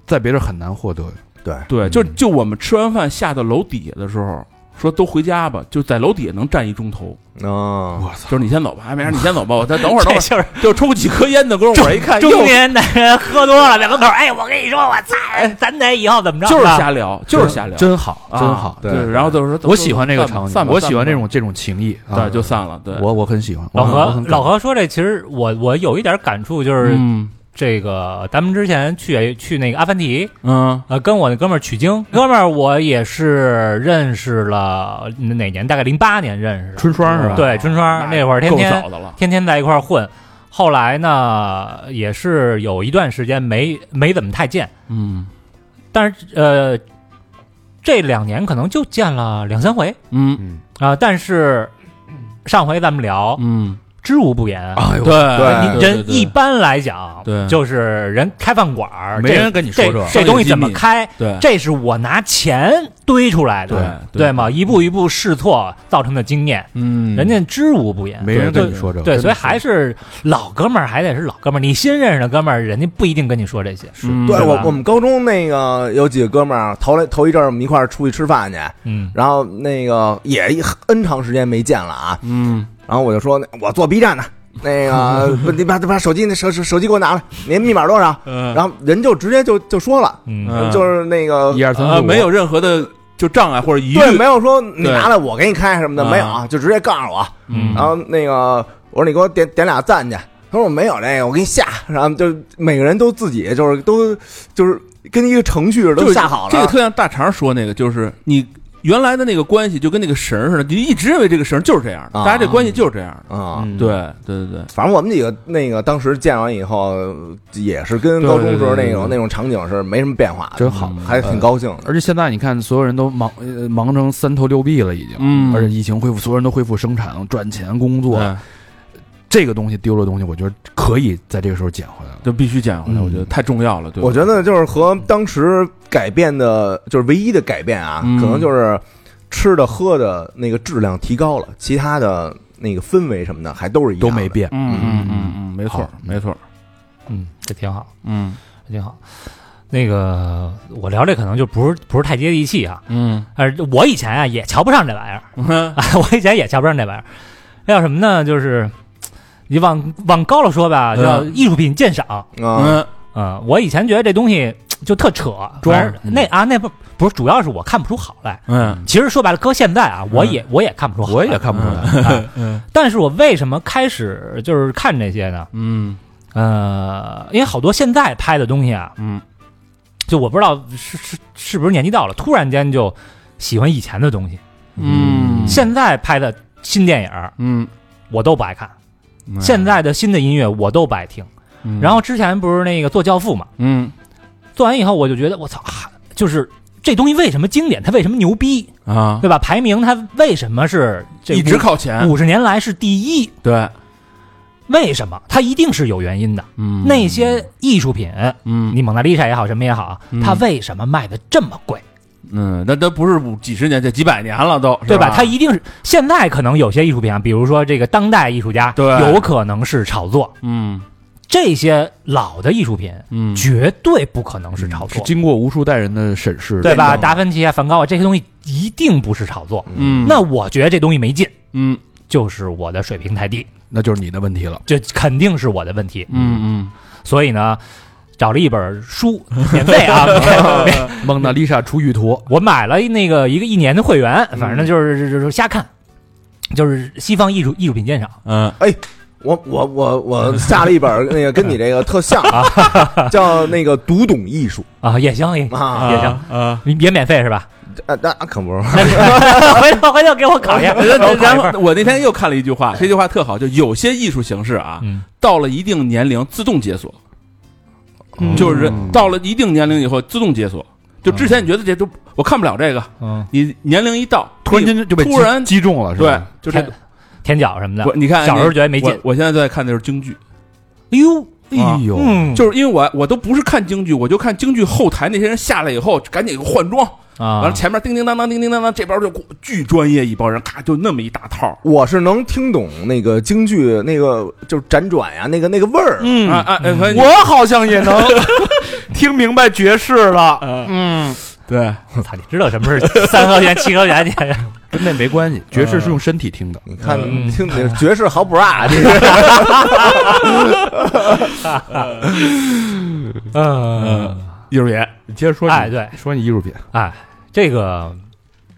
在别人很难获得的。对，对，就嗯就我们吃完饭下到楼底下的时候，说都回家吧，就在楼底下能站一钟头，啊，我操！就是你先走吧，哎没事，你先走吧，我再等会儿，等会 这儿就是就抽几颗烟的功夫，我一哎看，中又年男人喝多了，在门口，哎，我跟你说，我操，咱得以后怎么着？就是吧瞎聊，就是瞎聊，真好，啊真好。对对，然后就是说，我喜欢这个场散景，吧我喜欢散这吧种这种情谊啊对，，就散了。对，我我很喜欢。老我何很，老何说这其实我我有一点感触，就是嗯这个咱们之前去去那个阿凡提，嗯呃，跟我那哥们儿取经，哥们儿我也是认识了哪年？大概零八年认识的，春霜是吧？对，春那霜那会儿天够天早的了。天天在一块儿混。后来呢，也是有一段时间没没怎么太见，嗯但是呃，这两年可能就见了两三回嗯嗯，啊、但是上回咱们聊，嗯，知无不言，哎呦，对你人一般来讲，对就是人开饭馆儿，没这人跟你说这这这东西怎么开？对这是我拿钱堆出来的，对对吗？一步一步试错造成的经验，嗯人家知无不言。没人跟你说这个，对，所真的以还是老哥们儿，还得是老哥们儿。你新认识的哥们儿，人家不一定跟你说这些。是对吧我我们高中那个有几个哥们儿，啊头来头一阵儿我们一块儿出去吃饭去，嗯，然后那个也一 N 长时间没见了啊，嗯然后我就说我做 B 站的，那个不你把把手机那手手手机给我拿来，你的密码多少？嗯，然后人就直接就就说了，嗯，就是那个一二三四呃，五没有任何的就障碍或者疑虑，对，没有说你对拿来我给你开什么的，啊没有啊，就直接告诉我。嗯然后那个我说你给我点点俩赞去，他说我没有那个，我给你下。然后就每个人都自己就是都就是跟一个程序似的就都是下好了，这个特像大肠说那个，就是你原来的那个关系就跟那个绳儿似的，你一直认为这个绳儿就是这样的，啊大家这关系就是这样的。啊。嗯对对对对，反正我们几个那个当时见完以后，呃也是跟高中时候那种那种场景是没什么变化的，真好还挺高兴的。而且现在你看，所有人都忙呃忙成三头六臂了，已经。嗯而且疫情恢复，所有人都恢复生产、赚钱、工作，对这个东西丢了东西，我觉得可以在这个时候捡回来了。就必须捡回来，嗯我觉得太重要了。对，我觉得就是和当时改变的，就是唯一的改变啊，嗯可能就是吃的喝的那个质量提高了，其他的那个氛围什么的还都是一样都的没。变，嗯嗯嗯嗯，没错好没错，嗯，这挺好，嗯这挺好。那个我聊这可能就不是不是太接地气啊，嗯，呃，我以前啊也瞧不上这玩意儿， 我以前也瞧不上这玩意儿，那叫什么呢？就是你往往高了说吧，嗯叫艺术品鉴赏。啊，嗯嗯，我以前觉得这东西就特扯，装反正嗯那啊那不不是，主要是我看不出好来。嗯其实说白了，搁现在啊，我也、我也看不出好来，嗯嗯哎我也看不出来。嗯但是我为什么开始就是看这些呢？嗯呃，因为好多现在拍的东西啊，嗯，就我不知道是是是不是年纪到了，突然间就喜欢以前的东西。嗯现在拍的新电影儿嗯，我都不爱看，嗯现，在的新的音乐我都不爱听。嗯然后之前不是那个做《教父》嘛，嗯做完以后我就觉得我操、啊，就是这东西为什么经典，它为什么牛逼，啊，对吧？排名它为什么是这一直靠前，五十年来是第一？对，为什么？它一定是有原因的。嗯那些艺术品，嗯你蒙娜丽莎也好，什么也好，嗯它为什么卖的这么贵，嗯，那都不是五几十年，这几百年了都，对吧？吧？它一定是现在可能有些艺术品啊，比如说这个当代艺术家，对有可能是炒作。嗯这些老的艺术品嗯绝对不可能是炒是作，经过无数代人的审视的，对吧？真的达芬奇啊、梵高啊这些东西一定不是炒作。嗯，那我觉得这东西没劲，嗯就是我的水平太低，那就是你的问题了。这肯定是我的问题。嗯所以呢，找了一本书，免费 啊，免免蒙娜丽莎出狱图，我买了那个一个一年的会员，嗯反正就是就是瞎看，就是西方艺术艺术品鉴赏。嗯我我我我下了一本那个跟你这个特像啊， 叫那个读懂艺术啊，也行，嗯也啊也行，啊，你别免费是 吧？啊，那可不是吗回头 回头给我 考验，给我考然一份后我那天又看了一句话，这句话特好，就有些艺术形式啊，嗯，到了一定年龄自动解锁，嗯就是人到了一定年龄以后自动解锁。就之前你觉得这都我看不了这个，嗯，你年龄一到，突然间就被突然击击中了，是对吧？，就这舔舔脚什么我的，你看哎小时候觉得没劲我。我现在在看的是京剧，啊哎呦，哎呦，嗯，就是因为我我都不是看京剧，我就看京剧后台那些人下来以后赶紧换装，啊，完了前面叮叮当当叮叮当当，这边就巨专业一帮人，咔就那么一大套，我是能听懂那个京剧那个就是辗转呀，那个那个味儿。嗯啊啊，哎反正我好像也 能听明白爵士了，嗯对，我操，你知道什么是三合元、七合元？你跟那没关系，爵士是用身体听的。你看，嗯听你爵士好 bra，这是嗯，艺术品，你接着说，哎对，说你艺术品，哎，这个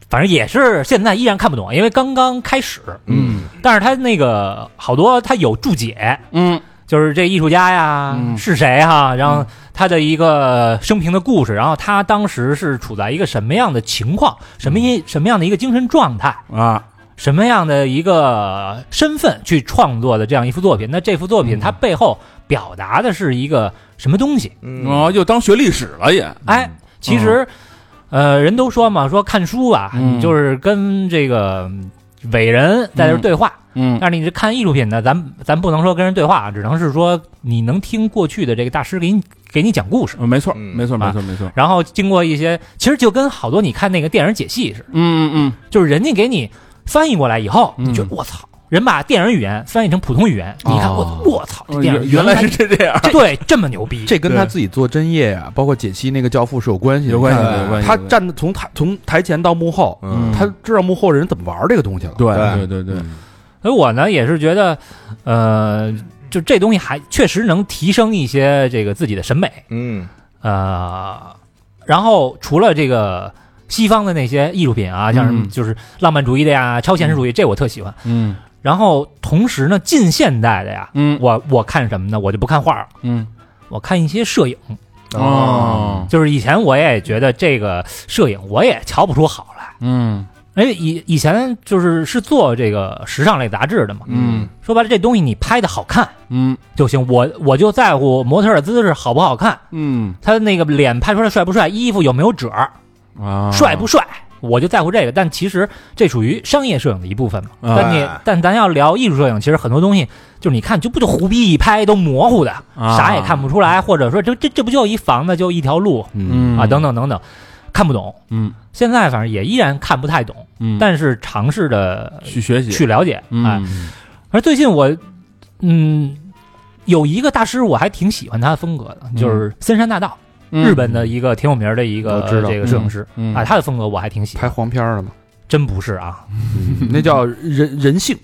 反正也是现在依然看不懂，因为刚刚开始。嗯但是他那个好多他有注解，嗯就是这艺术家呀、嗯是谁哈、然后他的一个生平的故事，然后他当时是处在一个什么样的情况，什么嗯一什么样的一个精神状态，啊什么样的一个身份去创作的这样一幅作品。那这幅作嗯品它背后表达的是一个什么东西？嗯哦，又当学历史了也，哎，其实，呃，人都说嘛，说看书啊，嗯你就是跟这个伟人在这儿对话。嗯但是你这看艺术品呢，咱咱不能说跟人对话啊，只能是说你能听过去的这个大师给你给你讲故事，哦没错嗯没错没啊错没错，然后经过一些，其实就跟好多你看那个电影解析似的，嗯嗯就是人家给你翻译过来以后，嗯你觉得我操，人把电影语言翻译成普通语言，你看我哦我操，这嗯，电影原原来是这这样，这对这么牛逼，这跟他对自己做针叶呀，包括解析那个教父是有关系的，有关系你看啊有关系他有关系站得从台从台前到幕后，嗯他知道幕后人怎么玩这个东西了。对对对对，所以我呢也是觉得，呃，就这东西还确实能提升一些这个自己的审美，嗯呃，然后除了这个西方的那些艺术品啊，像什么嗯就是浪漫主义的呀、超现实主义，这我特喜欢。嗯然后同时呢，近现代的呀，嗯我我看什么呢？我就不看画了，嗯我看一些摄影。哦哦，就是以前我也觉得这个摄影我也瞧不出好来，嗯哎，以以前就是是做这个时尚类杂志的嘛，嗯说白了这东西你拍的好看嗯就行，我我就在乎模特的姿势好不好看，嗯他那个脸拍出来帅不帅，衣服有没有褶儿，啊，帅不帅，我就在乎这个。但其实这属于商业摄影的一部分嘛。哎但你但咱要聊艺术摄影，其实很多东西就是你看就不就胡逼一拍都模糊的，啊啥也看不出来，或者说这这这不就一房子就一条路嗯嗯啊，等等等等，看不懂。嗯现在反正也依然看不太懂，嗯，但是尝试着去学习去了解。嗯哎，而最近我嗯。有一个大师，我还挺喜欢他的风格嗯的，就是森山大道，嗯日本的一个挺有名的一个我知道这个摄影师嗯啊，他的风格我还挺喜欢。拍黄片了吗？真不是啊，那叫人人性。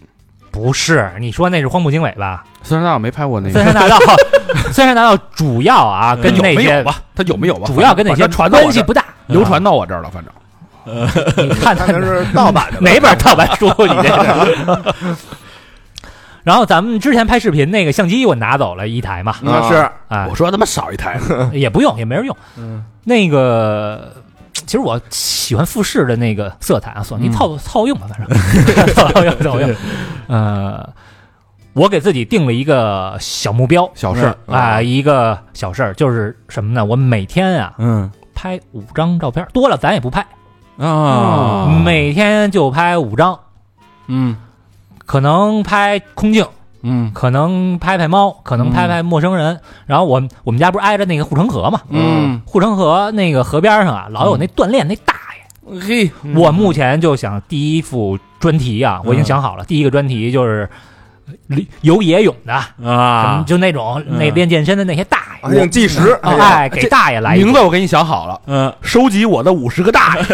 不是，你说那是荒木经纬吧？森山大我没拍过那森个，山大道， 森山大道主要啊跟有那哎没有些吧？他有没有吧？主要跟那些反正传到我关这儿系不 大，啊流传到我这儿了，反正你看他看是盗 版 的吧，哪本盗版书？你这是。 然后咱们之前拍视频那个相机我拿走了一台嘛，那啊是啊我，说他妈少一台呢，也不用，也没人用。嗯那个其实我喜欢富士的那个色彩啊，索尼嗯套套用吧，反 正套用套用。呃，我给自己定了一个小目标，小事儿嗯啊、一个小事儿就是什么呢？我每天啊嗯拍五张照片，多了咱也不拍，啊，每天就拍五张，嗯可能拍空镜，嗯可能拍拍猫，可能嗯拍拍陌生人。然后我们我们家不是挨着那个护城河嘛，嗯护城河那个河边上啊，老有那锻炼那大爷。嘿我目前就想第一副专题啊，嗯我已经想好了，第一个专题就是呃游野泳的，什么啊，就那种那嗯练健身的那些大还爷有。计时，我哎，给大爷来一名个字我给你想好了，嗯收集我的五十个大爷。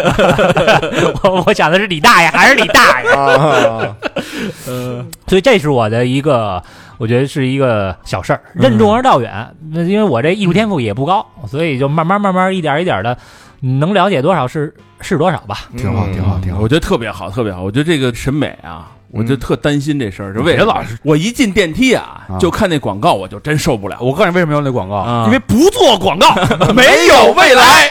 我我想的是李大爷还是李 大爷，啊，呃所以这是我的一个，我觉得是一个小事儿，任重而道远。那、因为我这艺术天赋也不高，所以就慢慢慢慢一点一点的，能了解多少是是多少吧。挺好，挺好，挺好我。觉得特别哦好，特别好。我觉得这个审美啊，我就特担心这事儿，就为别老是我一进电梯啊啊，就看那广告，我就真受不了。我告诉你为什么要那广告啊，因为不做广告没有未来。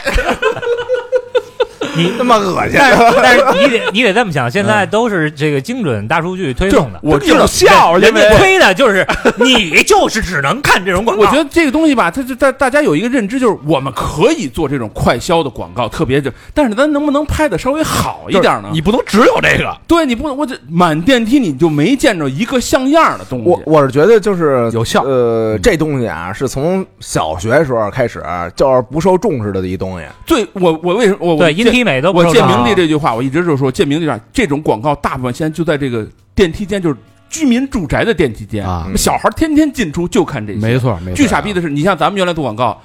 你他妈恶心，但 是但是你得你得这么想，现在都是这个精准大数据推动的。我这有效，人因家为推的就是你，就是只能看这种广告。我觉得这个东西吧，它就大大家有一个认知，就是我们可以做这种快销的广告，特别就，但是咱能不能拍的稍微好一点呢？你不能只有这个，对你不能，我这满电梯你就没见着一个像样的东西。我啊我是觉得就是有效呃，这东西啊，是从小学时候开始就是不受重视的一东西，最我我为什么我我对音见体美都不我受啊建众明帝这句话，我一直就说建明帝上这种广告，大部分现在就在这个电梯间，就是居民住宅的电梯间啊小孩天天进出就看这些。错，没巨傻逼的是，你像咱们原来做广告，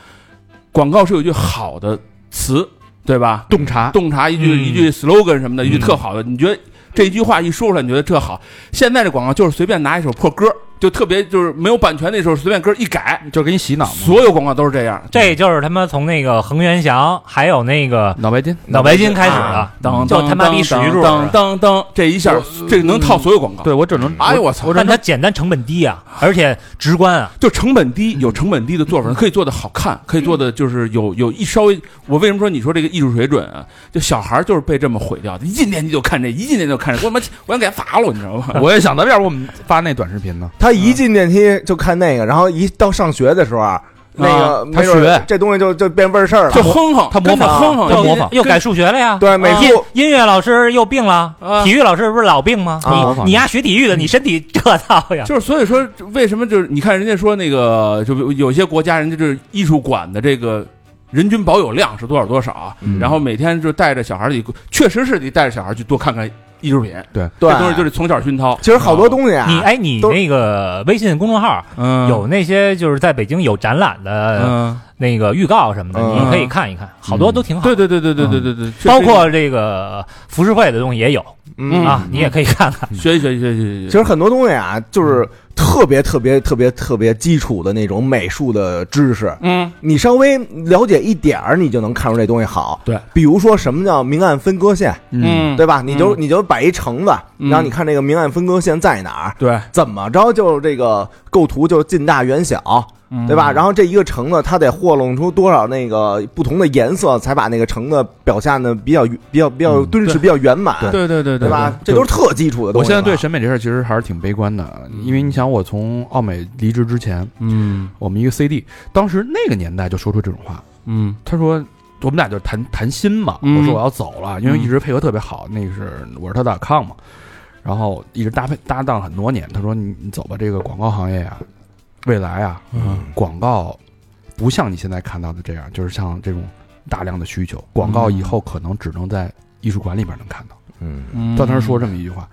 广告是有一句好的词，对吧？洞察，洞察一句、嗯一句 slogan 什么的，一句特好的，你觉得这一句话一说出来，你觉得特好。现在这广告就是随便拿一首破歌，就特别就是没有版权那时候随便歌一改，就是给你洗脑嘛，所有广告都是这样。嗯这就是他妈从那个恒源祥，还有那个脑白金。脑白金开始的，当就他妈逼史玉柱当当当，这一下这能嗯套所有广告。对我只能，哎呦我操！但它简单成本低啊，而且直观啊。就成本低，有成本低的做法，可以做的好看，可以做的就是有有一稍微。我为什么说你说这个艺术水准啊？就小孩就是被这么毁掉的，一进电梯就看这，一进电梯就看这，我他妈我想给他砸了，你知 道吗？ 我也想到，要不我们发那短视频呢？他一进电梯就看那个，然后一到上学的时候嗯啊，那个他没准儿学这东西就就变味儿事儿就了。哼哼，他模跟着仿哼哼，他模跟着仿又改数学了呀。对，美音术音乐老师又病了，啊体育老师不是老病吗？啊模仿你你丫学体育的，你身体这套呀。就是所以说，为什么就是你看人家说那个，就有些国家人家就是艺术馆的这个人均保有量是多少多少，嗯然后每天就带着小孩儿去，确实是得带着小孩儿去多看看艺术品，对这，东西就是从小熏陶。其实好多东西啊，你哎，你都那个微信公众号嗯有那些就是在北京有展览的嗯，那个预告什么的，嗯你可以看一看，好多都挺好 对。对对对对对对对，确实包括这个浮世绘的东西也有嗯啊，你也可以看看。学习学习学习学习其实很多东西啊，就是特别特别特别特别基础的那种美术的知识，嗯你稍微了解一点儿，你就能看出这东西好。对，比如说什么叫明暗分割线，嗯对吧？你就你就摆一橙子，嗯然后你看这个明暗分割线在哪儿，对，怎么着就这个构图就近大远小，嗯对吧？然后这一个橙子，它得和弄出多少那个不同的颜色，才把那个橙子表现的比较比较比较嗯敦实、对比较圆满，对对对对吧？这都是特基础的东我西现嘛。在对审美这事儿其实还是挺悲观的，因为你想，我从奥美离职之前，嗯我们一个 CD，当时那个年代就说出这种话，嗯他说我们俩就谈谈心嘛，嗯我说我要走了，因为一直配合特别好，那个是我是他的 com 嘛，然后一直搭配搭档很多年，他说你你走吧，这个广告行业啊，未来啊，嗯广告不像你现在看到的这样，就是像这种大量的需求，广告以后可能只能在艺术馆里边能看到。嗯，嗯他当时说这么一句话，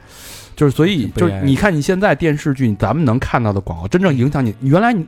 就是所以挺悲就哀是你看你现在电视剧，咱们能看到的广告，真正影响你，原来你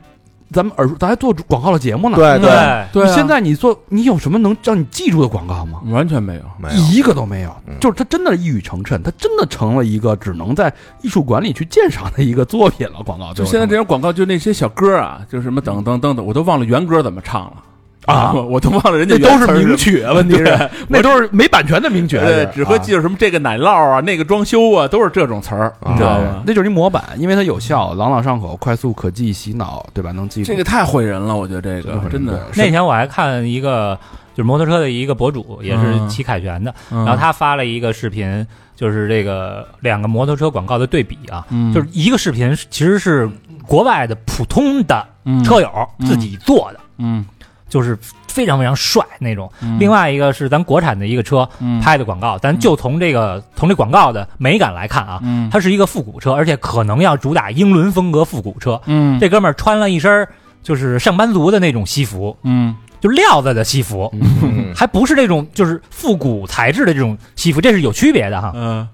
咱们耳熟，咱还做广告的节目呢。对对，对你啊现在你做，你有什么能让你记住的广告吗？完全没有，没有一个都没有嗯，就是它真的一语成谶，它真的成了一个只能在艺术馆里去鉴赏的一个作品了。广告就最后现在这种广告，就那些小歌啊，就什么等等等等，我都忘了原歌怎么唱了啊 我都忘了人家那原都词是儿名什曲啊，问题是那都是没版权的名曲么，啊，对是，只会记啊住什么这个奶酪啊，那个装修啊，都是这种词儿，你知道对吗，？那就是一模板，因为它有效，朗朗上口，快速可记，洗脑，对吧？能记住这个太毁人了，我觉得这个真的。那天我还看一个就是摩托车的一个博主，也是嗯骑凯旋的，然然后他发了一个视频，就是这个两个摩托车广告的对比啊，嗯就是一个视频是其实是国外的普通的车友嗯自己做的，嗯，就是非常非常帅那种。另外一个是咱国产的一个车嗯拍的广告，咱就从这个从这广告的美感来看啊，嗯，它是一个复古车，而且可能要主打英伦风格复古车。嗯这哥们儿穿了一身儿就是上班族的那种西服，嗯就料子的西服，嗯还不是这种就是复古材质的这种西服，这是有区别的哈。嗯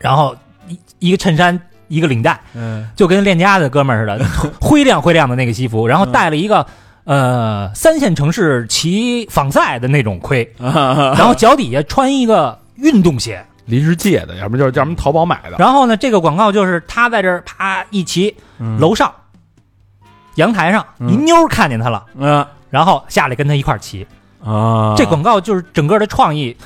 然后一一个衬衫，一个领带，嗯就跟链家的哥们儿似 的，灰亮灰亮的那个西服，然后嗯戴了一个。呃，三线城市骑仿赛的那种盔，嗯啊然后脚底下穿一个运动鞋，临时借的，要么就是叫什么淘宝买的，然后呢，这个广告就是他在这儿啪一骑，楼上、阳台上，嗯一妞儿看见他了，啊然后下来跟他一块儿骑。啊，这广告就是整个的创意，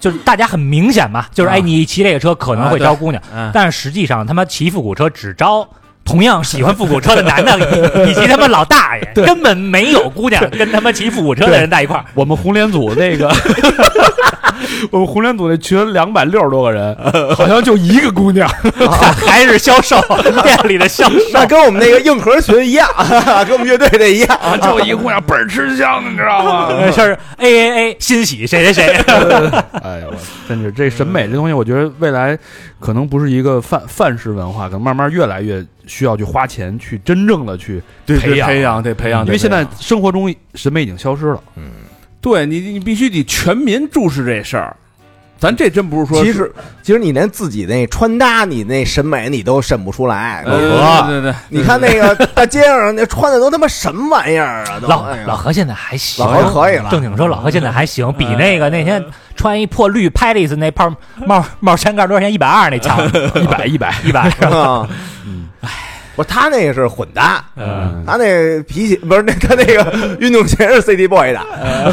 就是大家很明显嘛，就是啊哎，你骑这个车可啊能会招姑娘，嗯但是实际上他妈骑复古车只招。同样喜欢复古车的 男的，以以及他妈老大爷，根本没有姑娘跟他妈骑复古车的人在一块儿。我们红脸组那个，我们红脸组那群两百六十多个人， 好像就一个姑娘。还 还是销售店里的销 那售，跟我们那个硬核群一样， 跟我们乐队这一样。 啊，就一姑娘倍儿吃香，你知道吗？这是 A A A 欣喜谁谁谁。 哎呀，我真是这审美这东西，我觉得未来可能不是一个范范式文化，可能慢慢越来越需要去花钱去真正的去培培养，养得培养，因为现在生活中审美已经消失 了。对你你必须得全民注视这事儿，咱这真不是说其实，其实你连自己那穿搭、你那审美，你都审不出来。老呃何，对对对，你看那个大街上那穿的都他妈什么玩意儿啊？都老哎呀老何现在还行，老何可以了嗯正经说，老何现在还行，比那个那天穿一破绿 p a l a c 那泡帽帽衫盖多少钱？一百二那强， 一百一百一 百。啊，不是他那个是混搭，嗯，他那皮鞋不是那他那个 运动鞋是 CD boy 的，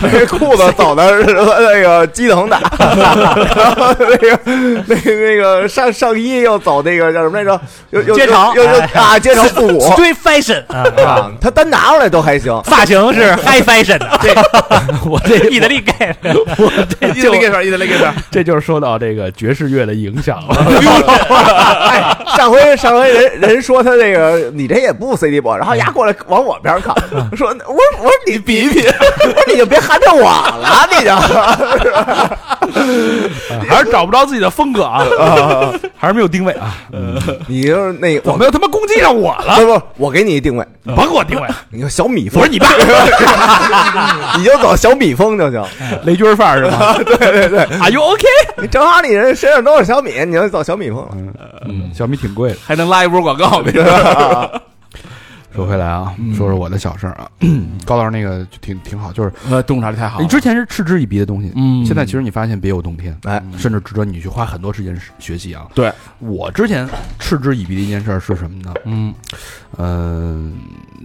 那裤子走的是那个鸡藤的，然后那个那那个上上衣又走那个叫什么来着？又又街头又又哎啊街头复古追 fashion 啊，啊，他单拿出来都还行。发型 是 high fashion 的， 这我这意大利 gay，我 这意大利事，意大利 事，这就是受到这个爵士乐的影响了。 哎，上回上回人人说他这个你这也不 CD boy，然后丫过来往我边儿 靠，说我说我说你比一比， 我说你就别含着我了，你就。 还是找不着自己的风格 啊，还是没有定位啊！你就是那怎我么又他妈攻击上我了？不不，我给你一定位，你甭给我定位，你就小米我风是，你爸，你就走小米风就行。 雷军范儿是吗？ 对对对，Are you OK？你正好你人身上都是小米，你就走小米风了。嗯，小米挺贵的。还能拉一波广告，没事。说回来啊，嗯说说我的小事儿啊， 高老师那个就挺挺好，就是 呃，洞察力太好了，你之前是嗤之以鼻的东西，嗯现在其实你发现别有洞天，哎，甚至值得你去花很多时间学习啊。对我之前嗤之以鼻的一件事儿是什么呢？嗯嗯，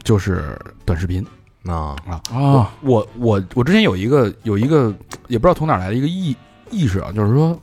就是短视频。啊，啊我我我之前有一个有一个也不知道嗯从哪儿来的一个意意识啊，就是说，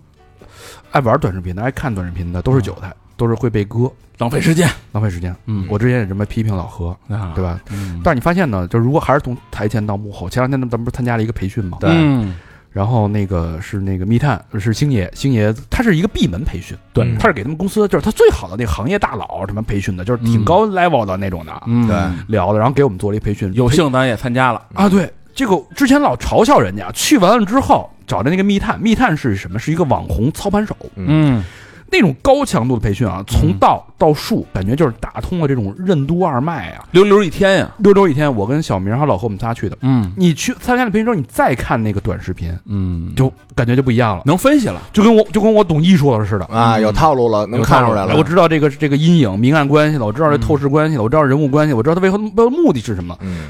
爱玩短视频的、爱看短视频的都是韭菜，都是会被割，浪费时间浪费时间。嗯我之前也这么批评老何，啊，对吧？嗯？但是你发现呢，就是如果还是从台前到幕后，前两天咱们不是参加了一个培训嘛？对嗯然后那个是那个密探，是星爷，星爷他是一个闭门培训，对他是给他们公司就是他最好的那个行业大佬什么培训的，就是挺高 level 的那种的、嗯，对聊的，然后给我们做了一培训，有培幸咱也参加了，嗯啊，对，这个之前老嘲笑人家，去完了之后找的那个密探，密探是什么？是一个网红操盘手，嗯那种高强度的培训啊，从道到术，感觉就是打通了这种任督二脉啊。溜溜一天呀，六周一天，我跟小明还有老何我们仨去的。嗯你去参加了培训之后，你再看那个短视频，嗯，就感觉就不一样了，能分析了，就跟我就跟我懂艺术了似的。嗯啊，有套路了，能看出来了我。知道这个这个阴影、明暗关系了，我知道这透视关系了，我知道人物关系，我知道他背后背后目的是什么。嗯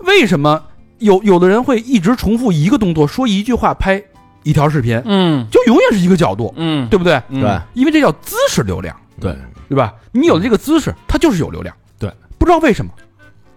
为什么有有的人会一直重复一个动作，说一句话，拍一条视频，嗯就永远是一个角度，嗯，对不对？嗯对因为这叫姿势流量，对，对吧？你有了这个姿势，它就是有流量。对，不知道为什么。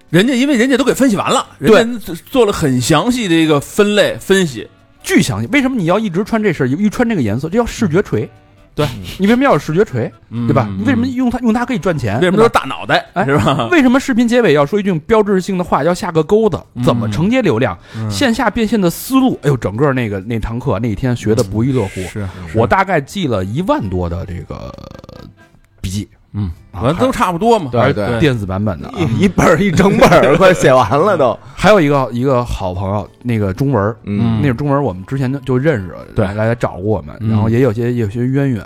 人家因为人家都给分析完了，人家做了很详细的一个分类分析，巨详细，为什么你要一直穿这身儿，一穿这个颜色？这叫视觉嗯锤。对你为什么要有视觉锤，对对吧？你为什么用它？用它可以赚钱，嗯为什么对都是吧大脑袋哎是吧？为什么视频结尾要说一句标志性的话，要下个钩子？嗯怎么承接流量？线下变现的思路，哎呦，整个那个那堂课那一天学的不亦乐乎。是，我大概记了一万多的这个呃笔记，嗯，啊反正都差不多嘛。还对是对，电子版本的啊。嗯一一本儿一整本儿 快写完了都。还有一个一个好朋友，那个中文儿，嗯那个中文儿我们之前就就认识，对来来找过我们，嗯然后也有些也有些渊源。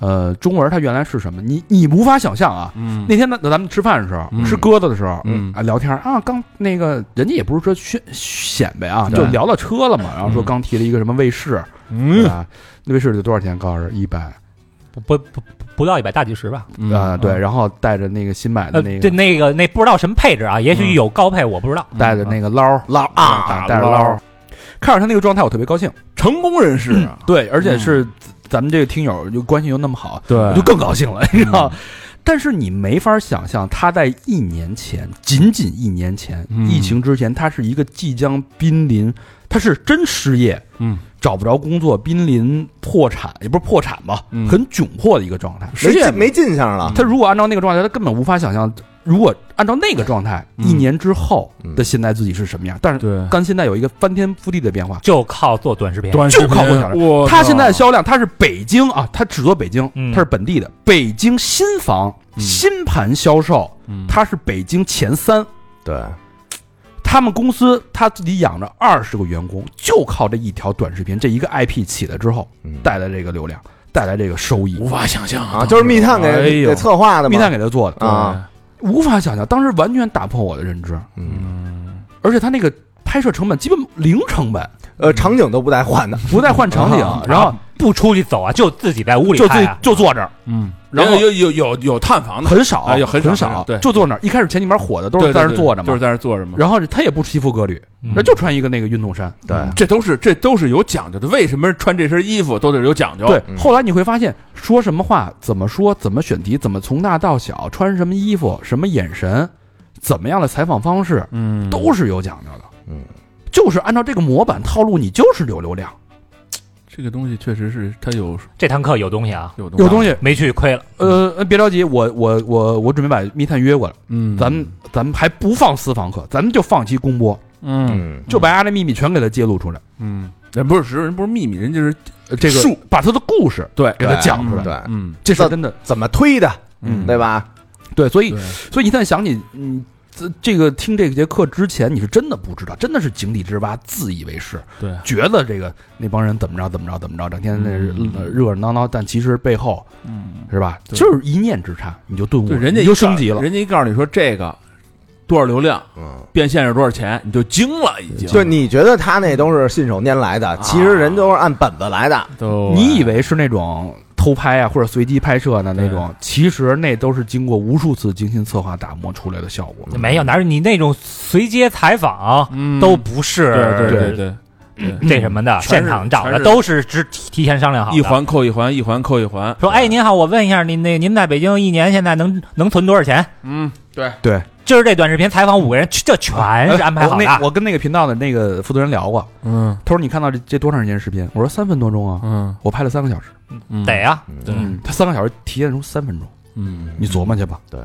呃，中文儿它原来是什么？你你无法想象啊！嗯那天呢，咱们吃饭的时候，嗯吃鸽子的时候，嗯啊，聊天儿啊，刚那个人家也不是说显显摆啊，对就聊到车了嘛，然后说刚提了一个什么卫士，对嗯吧？那卫士得多少钱？高老师一百 不不不不到一百大几十吧。嗯啊，对，然后带着那个新买的呃，那对个，那个那不知道什么配置啊，也许有高配，我不知道。带着那个捞嗯儿老啊，啊，带着捞儿，看着他那个状态，我特别高兴。成功人士啊，对，而且是咱们这个听友就关系又那么好，对嗯我就更高兴了，你知道？但是你没法想象，他在一年前，仅仅一年前，嗯疫情之前，他是一个即将濒临，他是真失业，嗯，找不着工作，濒临破产，也不是破产吧，嗯很窘迫的一个状态。没进没进项了。他如果按照那个状态，他根本无法想象，如果按照那个状态，嗯一年之后的现在自己是什么样。但是对跟现在有一个翻天覆地的变化。就靠做短视频，就靠我想我他现在的销量，他是北京啊，他只做北京，嗯他是本地的。北京新房嗯新盘销售，他是北京前三。对，他们公司他自己养着二十个员工，就靠这一条短视频，这一个 IP 起来之后嗯，带来这个流量，带来这个收益无，法想象啊，就是密探哎给呦给策划的嘛。密探给他做的，啊，无法想象，当时完全打破我的认知。嗯，而且他那个拍摄成本基本零成本，呃，场景都不带换的，不带换场景，啊然后不出去走啊，就自己在屋里就自拍己啊。就坐这儿，嗯，然然后后有有有有探访的，很少，哎呦很很少少，对就坐那儿。一开始前几面火的都对是在对那对儿坐着就嘛是，在那儿嗯坐着嘛。然后他也不披风革履，嗯那就穿一个那个运动衫。对，这都是这都是有讲究的，为什么穿这身衣服都得有讲究？对，嗯后来你会发现，说什么话，怎么说，怎么选题，怎么从大到小，穿什么衣服，什么眼神，怎么样的采访方式，嗯都是有讲究的。嗯，就是按照这个模板套路，你就是有流量，这个东西确实是它有这堂课有东西啊，有有东西。没去亏了。呃，呃别着急，我我我我准备把密探约过来，嗯，咱们咱们还不放私房课，咱们就放一期公播，嗯嗯，就把他的秘密全给他揭露出来。嗯，人不是实人不是秘密，人就是呃这个树把他的故事对给他对讲出来，对，嗯这是真的。怎么推的，嗯对吧？对，所以对所以一旦想起，嗯，这这个听这节课之前，你是真的不知道，真的是井底之蛙，自以为是，对，觉得这个那帮人怎么着怎么着怎么着，整天那是嗯呃热热闹闹，但其实背后嗯，是吧，对就是一念之差，你就顿悟就了，人家你一就告升级了。人家一告诉你说这个多少流量，嗯，变现是多少钱，你就惊了，已经就你觉得他那都是信手拈来的，其实人都是按本子来的。啊都哎你以为是那种偷拍啊或者随机拍摄的那种，其实那都是经过无数次精心策划打磨出来的效果。没有，哪有你那种随街采访嗯都不是，对对对对，嗯这什么的，全是现场找全的是都是只提提前商量好的。嗯一环扣一环，一环扣一环，说，哎，您好，我问一下您那您们在北京一年现在能能存多少钱？嗯，对，对，今儿这短视频采访五个人，这全是安排好哎我哎那的。我跟那个频道的那个负责人聊过，嗯他说你看到这这多长时间视频？我说三分多钟啊，嗯我拍了三个小时。嗯，得啊呀，对嗯，他三个小时体验出三分钟，嗯，你琢磨去吧。对，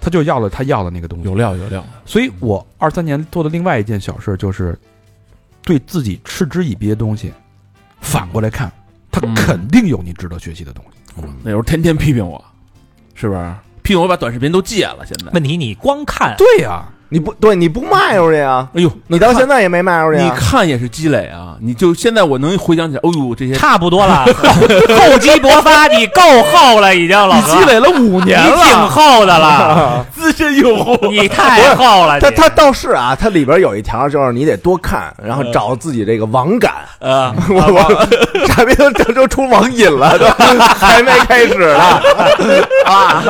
他就要了他要的那个东西。有料有料，所以我二三年做的另外一件小事就是，对自己嗤之以鼻的东西，反过来看，他嗯肯定有你值得学习的东西。那时候天天批评我，是不是？批评我把短视频都戒了，现在。问题你光看，对呀、你不对，你不卖出去啊？哎呦，你到现在也没卖出去你啊？看也是积累啊！你就现在我能回想起来，哦呦，这些差不多了，厚积薄发，你够厚了，已经老哥，累了五你挺厚的了， 资深用户，你太厚 了，他你他倒是啊，他里边有一条就是你得多看，嗯然后找自己这个网感。呃啊，我我 傻逼都都出网瘾了，都 还没开始 呢。啊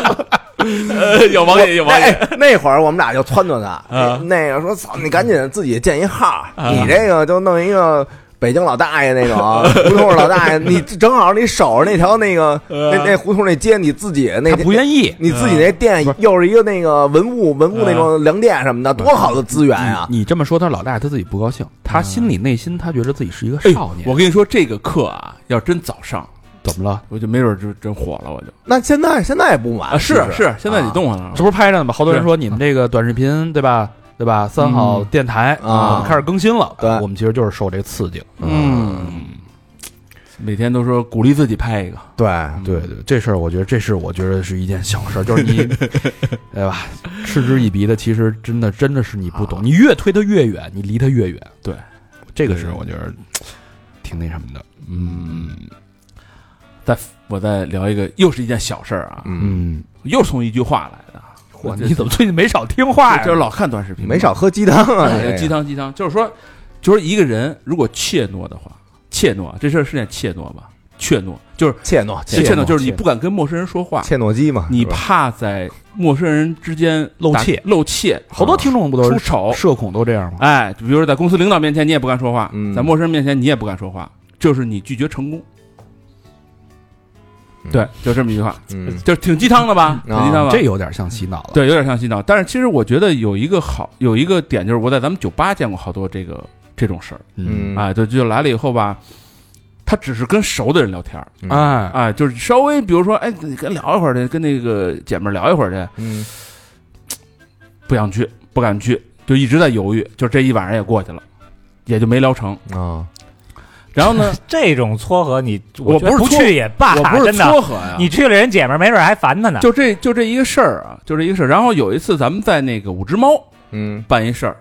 呃有网瘾，有网瘾，哎，那会儿我们俩就撺掇他，哎啊那个说操，你赶紧自己建一号，你这个就弄一个。北京老大爷那 种胡同老大爷，你正好你守着那条那啊个那那胡同那街，你自己那他不愿意。你自己那店又是一个那个文物文物那啊种粮店什么的，多好的资源呀！嗯你这么说，他老大他自己不高兴，他心里内心他觉得自己是一个哎少年。我跟你说，这个课啊，要真早上，怎么了？我就没准就真火了，我就那现在现在也不晚啊，是其实是，现在你啊动了这，不是拍着呢吗？好多人是说你们这个短视频对吧？对吧？三好嗯电台啊我们开始更新了。对我们其实就是受这个刺激了。嗯，每天都说鼓励自己拍一个，对，嗯对对，这事儿我觉得这是我觉得是一件小事儿，就是你，对吧？嗤之以鼻的，其实真的真的是你不懂，你越推他越远，你离他越远。对，这个是我觉得挺那什么的。嗯，再我再聊一个，又是一件小事儿啊，嗯，嗯，又是从一句话来的啊，嚯，这你怎么最近没少听话呀就？是老看短视频，没少喝鸡汤啊，哎这个嗯鸡汤鸡汤，就是说，就是一个人如果怯懦的话，怯懦啊这事儿是念怯懦吧？怯懦就是怯懦怯怯懦懦，就是你怯懦不敢跟陌生人说话，怯懦鸡嘛，你是吧怕在陌生人之间露打怯露怯，好多听众不都出是丑。社恐都这样吗？哎，就比如说在公司领导面前你也不敢说话，嗯在陌生人面前你也不敢说话，就是你拒绝成功。嗯对，就这么一句话，嗯就是挺鸡汤的吧？挺啊鸡汤吧？这有点像洗脑了。，对，有点像洗脑。但是其实我觉得有一个好，有一个点就是我在咱们酒吧见过好多这个这种事儿。嗯啊，就就来了以后吧，他只是跟熟的人聊天儿，嗯哎，啊，就是稍微比如说，哎，跟跟聊一会儿去，跟那个姐们儿聊一会儿去，嗯不想去，不敢去，就一直在犹豫，就这一晚上也过去了，也就没聊成。啊，然后呢，这种撮合你，我觉得不是不撮去也罢， 我不是真的，撮合呀， 你去了人姐们儿没准还烦他呢。就这就这一个事儿啊，就这一个事儿。然后有一次咱们在那个五只猫嗯办一事儿，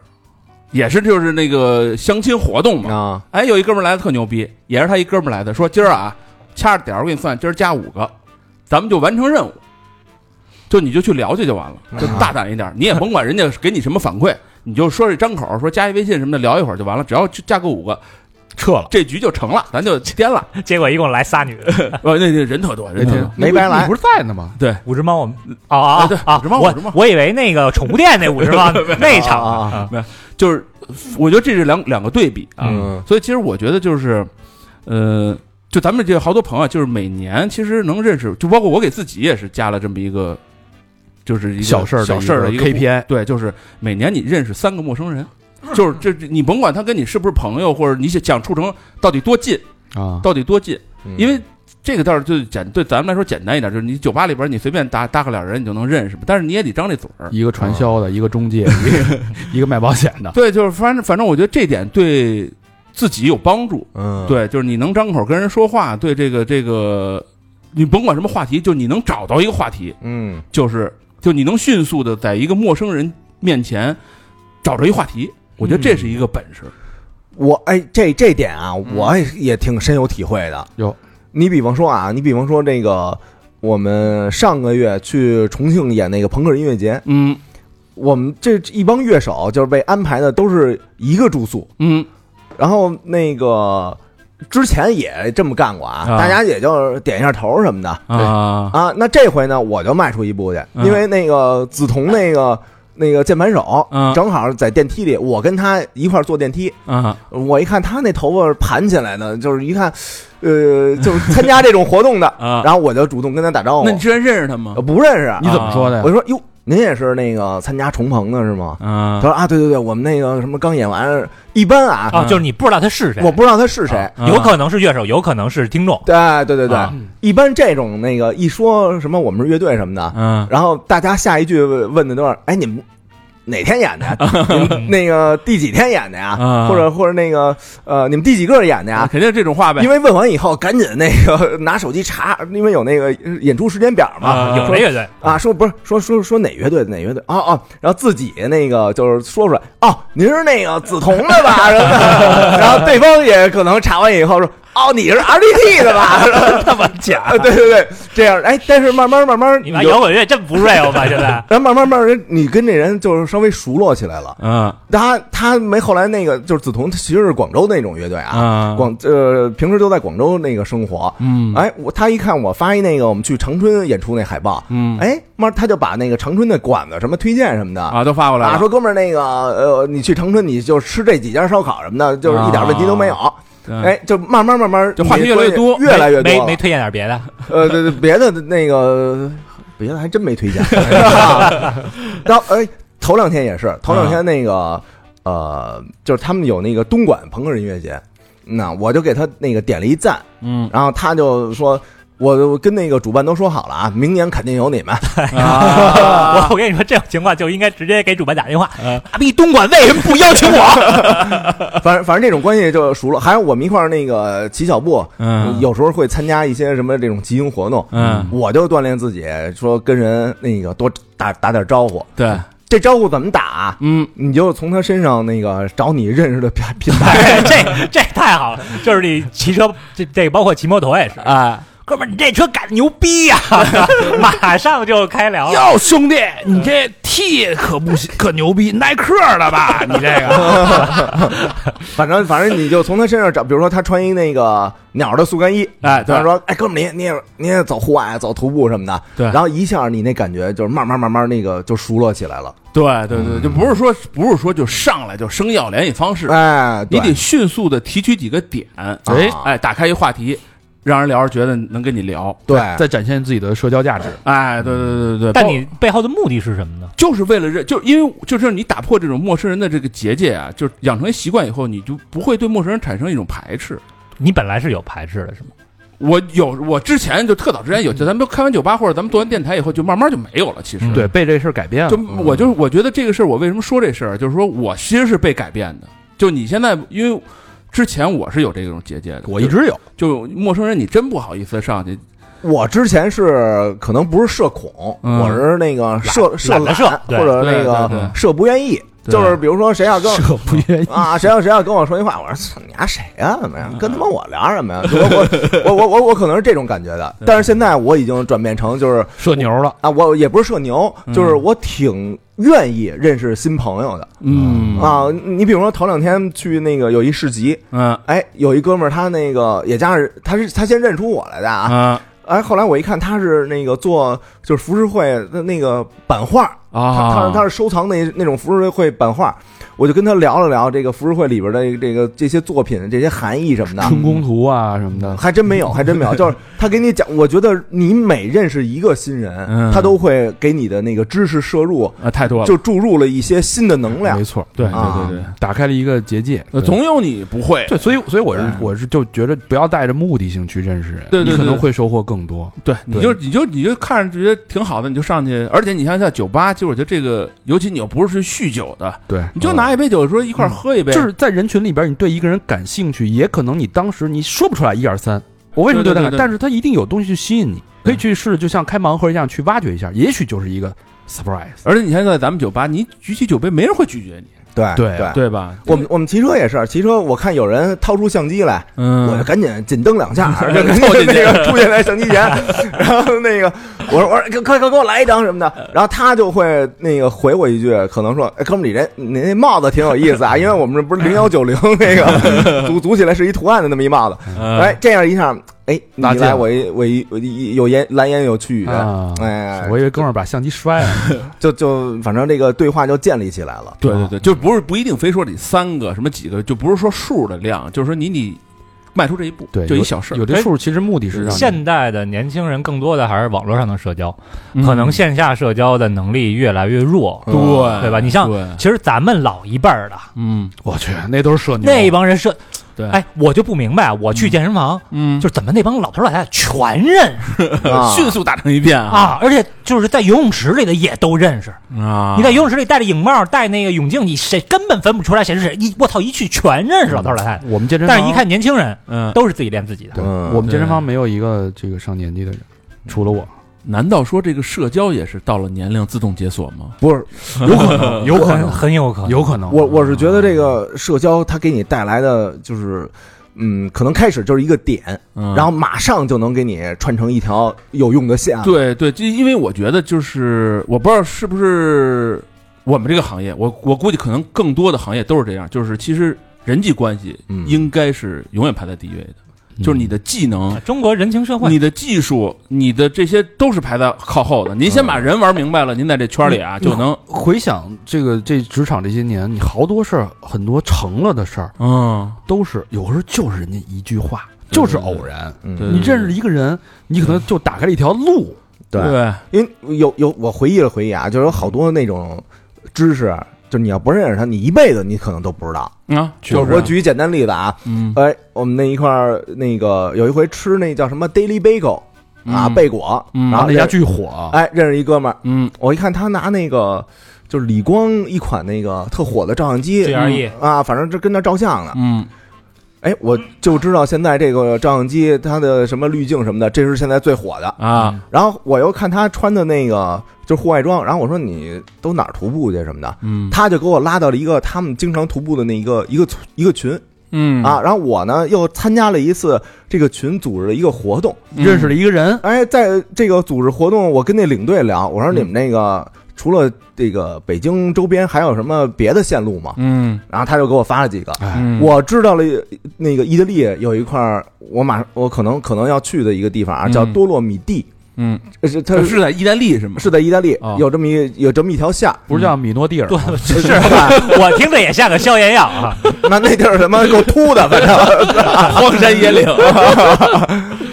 也是就是那个相亲活动嘛，啊，哎，有一哥们儿来的特牛逼，也是他一哥们儿来的，说今儿啊，掐着点儿我给你算，今儿加五个，咱们就完成任务，就你就去聊去就完了，就大胆一点，你也甭管人家给你什么反馈，你就说这张口，说加一微信什么的，聊一会儿就完了，只要就加够五个，撤了，这局就成了，咱就颠了。 结果一共来仨女的，呃，那那人特多，人特多。没白来你不是在呢吗？五只猫我们哦哦哎对哦啊五只猫五只我猫我以为那个宠物 店那五只猫那场啊啊啊就是我觉得这是两两个对比啊，嗯所以其实我觉得就是，呃，就咱们这好多朋友，就是每年其实能认识，就包括我给自己也是加了这么一个，就是一个小事儿的小事儿的一一个个 KPI 对，就是每年你认识三个陌生人。就是这，这你甭管他跟你是不是朋友，或者你想想处成到底多近，啊，到底多近，嗯因为这个倒是就简对咱们来说简单一点，就是你酒吧里边你随便搭搭个俩人你就能认识，但是你也得张这嘴儿，一个传销啊的，一个中介，一个 一个卖保险的。对，就是反正反正我觉得这点对自己有帮助，嗯，对，就是你能张口跟人说话，对这个这个，你甭管什么话题，就你能找到一个话题，嗯就是就你能迅速的在一个陌生人面前找着一话题，我觉得这是一个本事。我哎，这这点啊，我也挺深有体会的。有，你比方说啊，你比方说这个，我们上个月去重庆演那个朋克音乐节，嗯我们这一帮乐手就是被安排的都是一个住宿，嗯然后那个之前也这么干过啊，啊大家也就是点一下头什么的啊啊。那这回呢，我就迈出一步去，嗯因为那个梓潼那个那个键盘手嗯，正好在电梯里，我跟他一块儿坐电梯，啊，我一看他那头发盘起来的，就是一看，呃，就是参加这种活动的啊！ 然后我就主动跟他打招呼那你，之前认识他吗呃？不认识，你怎么说的呀我？就说哟，您也是那个参加重逢的是吗？啊他，说啊，对对对，我们那个什么刚演完，一般啊，啊，就是你不知道他是谁，我不知道他是谁。啊有可能是乐手，有可能是听众，对对对对，啊一般这种那个一说什么我们是乐队什么的，嗯然后大家下一句问的都是，哎，你们哪天演的啊呀？嗯你们嗯那个第几天演的呀？啊或者或者那个呃，你们第几个演的呀？肯定是这种啊话呗因。为问完以后，赶紧那个拿手机查，因为有那个演出时间表嘛。嗯啊，有说的乐队啊，说不是说说说哪乐队的哪乐队啊啊，然后自己那个就是说出来哦，您是那个梓潼的吧？ 什么的，然后对方也可能查完以后说哦，你是 R D T 的吧？ 这么假？对对对，这样哎，但是慢慢慢慢你把有摇滚乐真不 real 吧？现在然后慢慢慢慢，你跟这人就是稍微熟络起来了。嗯他他没后来那个就是梓潼，他其实是广州那种乐队啊，啊，广呃平时都在广州那个生活。嗯哎，我他一看我发一那个我们去长春演出那海报，嗯哎，妈他就把那个长春的馆子什么推荐什么的啊，都发过来啊，了。说哥们儿那个呃，你去长春你就吃这几家烧烤什么的，就是一点问题都没有。对哎，就慢慢慢慢啊嗯就话题越 来越多越来越多没了没没推荐点别的， 呃，对对，别的那个别的还真没推荐。 啊然后哎，头两天也是，头两天那嗯个呃，就是他们有那个东莞朋克音乐节，那我就给他那个点了一赞， 嗯然后他就说。我我跟那个主办都说好了啊，明年肯定有你们。 啊，我我跟你说，这种情况就应该直接给主办打电 话。傻逼，东莞为什么不邀请我？反正反正这种关系就熟了。还有我们一块儿那个骑小步，嗯有时候会参加一些什么这种集英活动，嗯我就锻炼自己，说跟人那个多打打点招呼。对，这招呼怎么打啊？嗯你就从他身上那个找你认识的品品牌。 这这太好了，就是你骑车，这这包括骑摩托也是。啊，哥们儿，你这车改的牛逼 呀、马上就开聊了。哟，兄弟，你这 T 可不行，可牛逼，耐克的吧？你这个反正反正你就从他身上找，比如说他穿一那个鸟的速干衣，哎，他对，说：“哎，哥们儿，你你也你也走户外，走徒步什么的。”对然后一下你那感觉就是慢慢慢慢那个就熟络起来了。对对对，就不是说不是说就上来就生要联系方式，嗯哎，你对得迅速的提取几个点，哎哎，打开一话题，让人聊着觉得能跟你聊，对在展现自己的社交价值。哎，对对对对对，但包你背后的目的是什么呢？就是为了认，就是因为就是你打破这种陌生人的这个结界啊，就是养成一习惯以后，你就不会对陌生人产生一种排斥。你本来是有排斥的，是吗？我有，我之前就特早之前有，就咱们都开完酒吧或者咱们做完电台以后，就慢慢就没有了。其实，对，被这事儿改嗯变了。嗯就我就是我觉得这个事儿，我为什么说这事儿，啊就是说我其实是被改变的。就你现在，因为之前我是有这种结界的，我一直有，就就陌生人，你真不好意思上去，我之前是可能不是社恐，嗯我是那个社社懒得社对或者那对对个对社不愿意，对就是比如说谁要跟这不愿 意。啊，谁要谁要跟我说句话，我说操你丫、谁呀、怎么样？跟他妈我聊什么呀？我我我我我我可能是这种感觉的，但是现在我已经转变成就是社牛了，啊，我也不是社牛，就是我挺愿意认识新朋友的、嗯啊。你比如说头两天去那个有一市集，嗯哎，有一哥们儿他那个也加上他是他先认出我来的啊，啊哎，后来我一看他是那个做就是浮世绘的那个版画，他他啊，他是收藏那那种浮世绘版画，我就跟他聊了聊这个浮世绘里边的这个这些作品这些含义什么的。春宫图啊什么嗯的，还真没有，还真没有。就是他给你讲，我觉得你每认识一个新人，嗯他都会给你的那个知识摄入，啊太多了，就注入了一些新的能量没。错，对对啊对对打开了一个结界。呃，对总有你不会，对，所以所以我是对我是就觉得不要带着目的性去认识人，对对你可对能对会收获更多。对，你就你就你就看着觉得挺好的，你就上去，而且你像在酒吧，其实我觉得这个，尤其你又不是去酗酒的，对，你就嗯拿一杯酒说一块儿喝一杯，就是在人群里边，你对一个人感兴趣，也可能你当时你说不出来一二三，我为什么对他对对感，对对但是他一定有东西去吸引你，可以去试，就像开盲盒一样去挖掘一下，也许就是一个 surprise。而且你像在咱们酒吧，你举起酒杯，没人会拒绝你，对对哎对，对吧？我们我们骑车也是，骑车我看有人掏出相机来，我就嗯，赶紧紧蹬两下，就嗯赶紧凑进去那个出现在相机前， 然后那个我说我说快快给我来一张什么的，然后他就会那个回我一句，可能说哎哥们儿你这你那帽子挺有意思啊，因为我们这不是零幺九零 那个组组起来是一图案的那么一帽子，哎这样一下哎你搭建来了我一我一我一有言蓝言有趣语，啊哎我以为哥们儿把相机摔了，就就反正这个对话就建立起来了。对对对，就不是不一定非说你三个什么几个，就不是说数的量，就是说你你迈出这一步，对，就一有小事儿哎有这数其实目的是让你现代的年轻人更多的还是网络上的社交，嗯可能线下社交的能力越来越弱。对对吧你像对其实咱们老一辈儿的嗯我去，那都是社牛，那帮人社，对哎，我就不明白，我去健身房嗯，呃就是怎么那帮老头老太太全认识啊迅速打成一片啊啊，而且就是在游泳池里的也都认识。啊！你在游泳池里戴着泳帽、戴那个泳镜，你谁根本分不出来谁是谁。一我操，一去全认识老头老太太。我们健身房，但是，一看年轻人嗯，都是自己练自己的，对，嗯我们健身对房没有一个这个上年纪的人，除了我，难道说这个社交也是到了年龄自动解锁吗？不是有可能，有可很能，很有可能。有可能。我，我是觉得这个社交它给你带来的就是，嗯，可能开始就是一个点，嗯，然后马上就能给你串成一条有用的线。，对对，就因为我觉得就是我不知道是不是我们这个行业，我我估计可能更多的行业都是这样，就是其实人际关系嗯应该是永远排在第一位的，就是你的技能。啊中国人情社会，你的技术，你的这些都是排在靠后的。您先把人玩明白了，您在这圈里啊就能，回想这个这职场这些年，你好多事儿，很多成了的事儿，嗯，都是有时候就是人家一句话，就是偶然。对嗯，你认识一个人，你可能就打开了一条路，对，因为有有我回忆了回忆啊，就是有好多那种知识，就是你要不认识他，你一辈子你可能都不知道。啊，就就是是我举一简单例子啊，嗯哎，我们那一块儿那个有一回吃那叫什么 Daily Bagel 啊，嗯贝果，嗯然然后后那家认巨火，哎认识一哥们儿，嗯我一看他拿那个就是理光一款那个特火的照相机 GRE 啊，反正这跟那照相呢，嗯哎，我就知道现在这个照相机它的什么滤镜什么的，这是现在最火的。啊，然后我又看他穿的那个就是户外装，然后我说你都哪儿徒步去什么的，嗯他就给我拉到了一个他们经常徒步的那一个一个群一个群嗯啊，然后我呢又参加了一次这个群组织的一个活动，嗯认识了一个人，哎，在这个组织活动，我跟那领队聊，我说嗯你们那个除了这个北京周边还有什么别的线路吗？嗯然后他就给我发了几个，嗯，我知道了，那个意大利有一块儿，我马我可能可能要去的一个地方啊，嗯叫多洛米蒂，嗯呃是它是是在意大利是 吗？是在意大利哦有这么一有这么一条线 儿，不是叫米诺地尔吗，嗯是吧？我听着也像个消炎药 啊。那那地儿他妈够秃的，反正 荒山野 岭，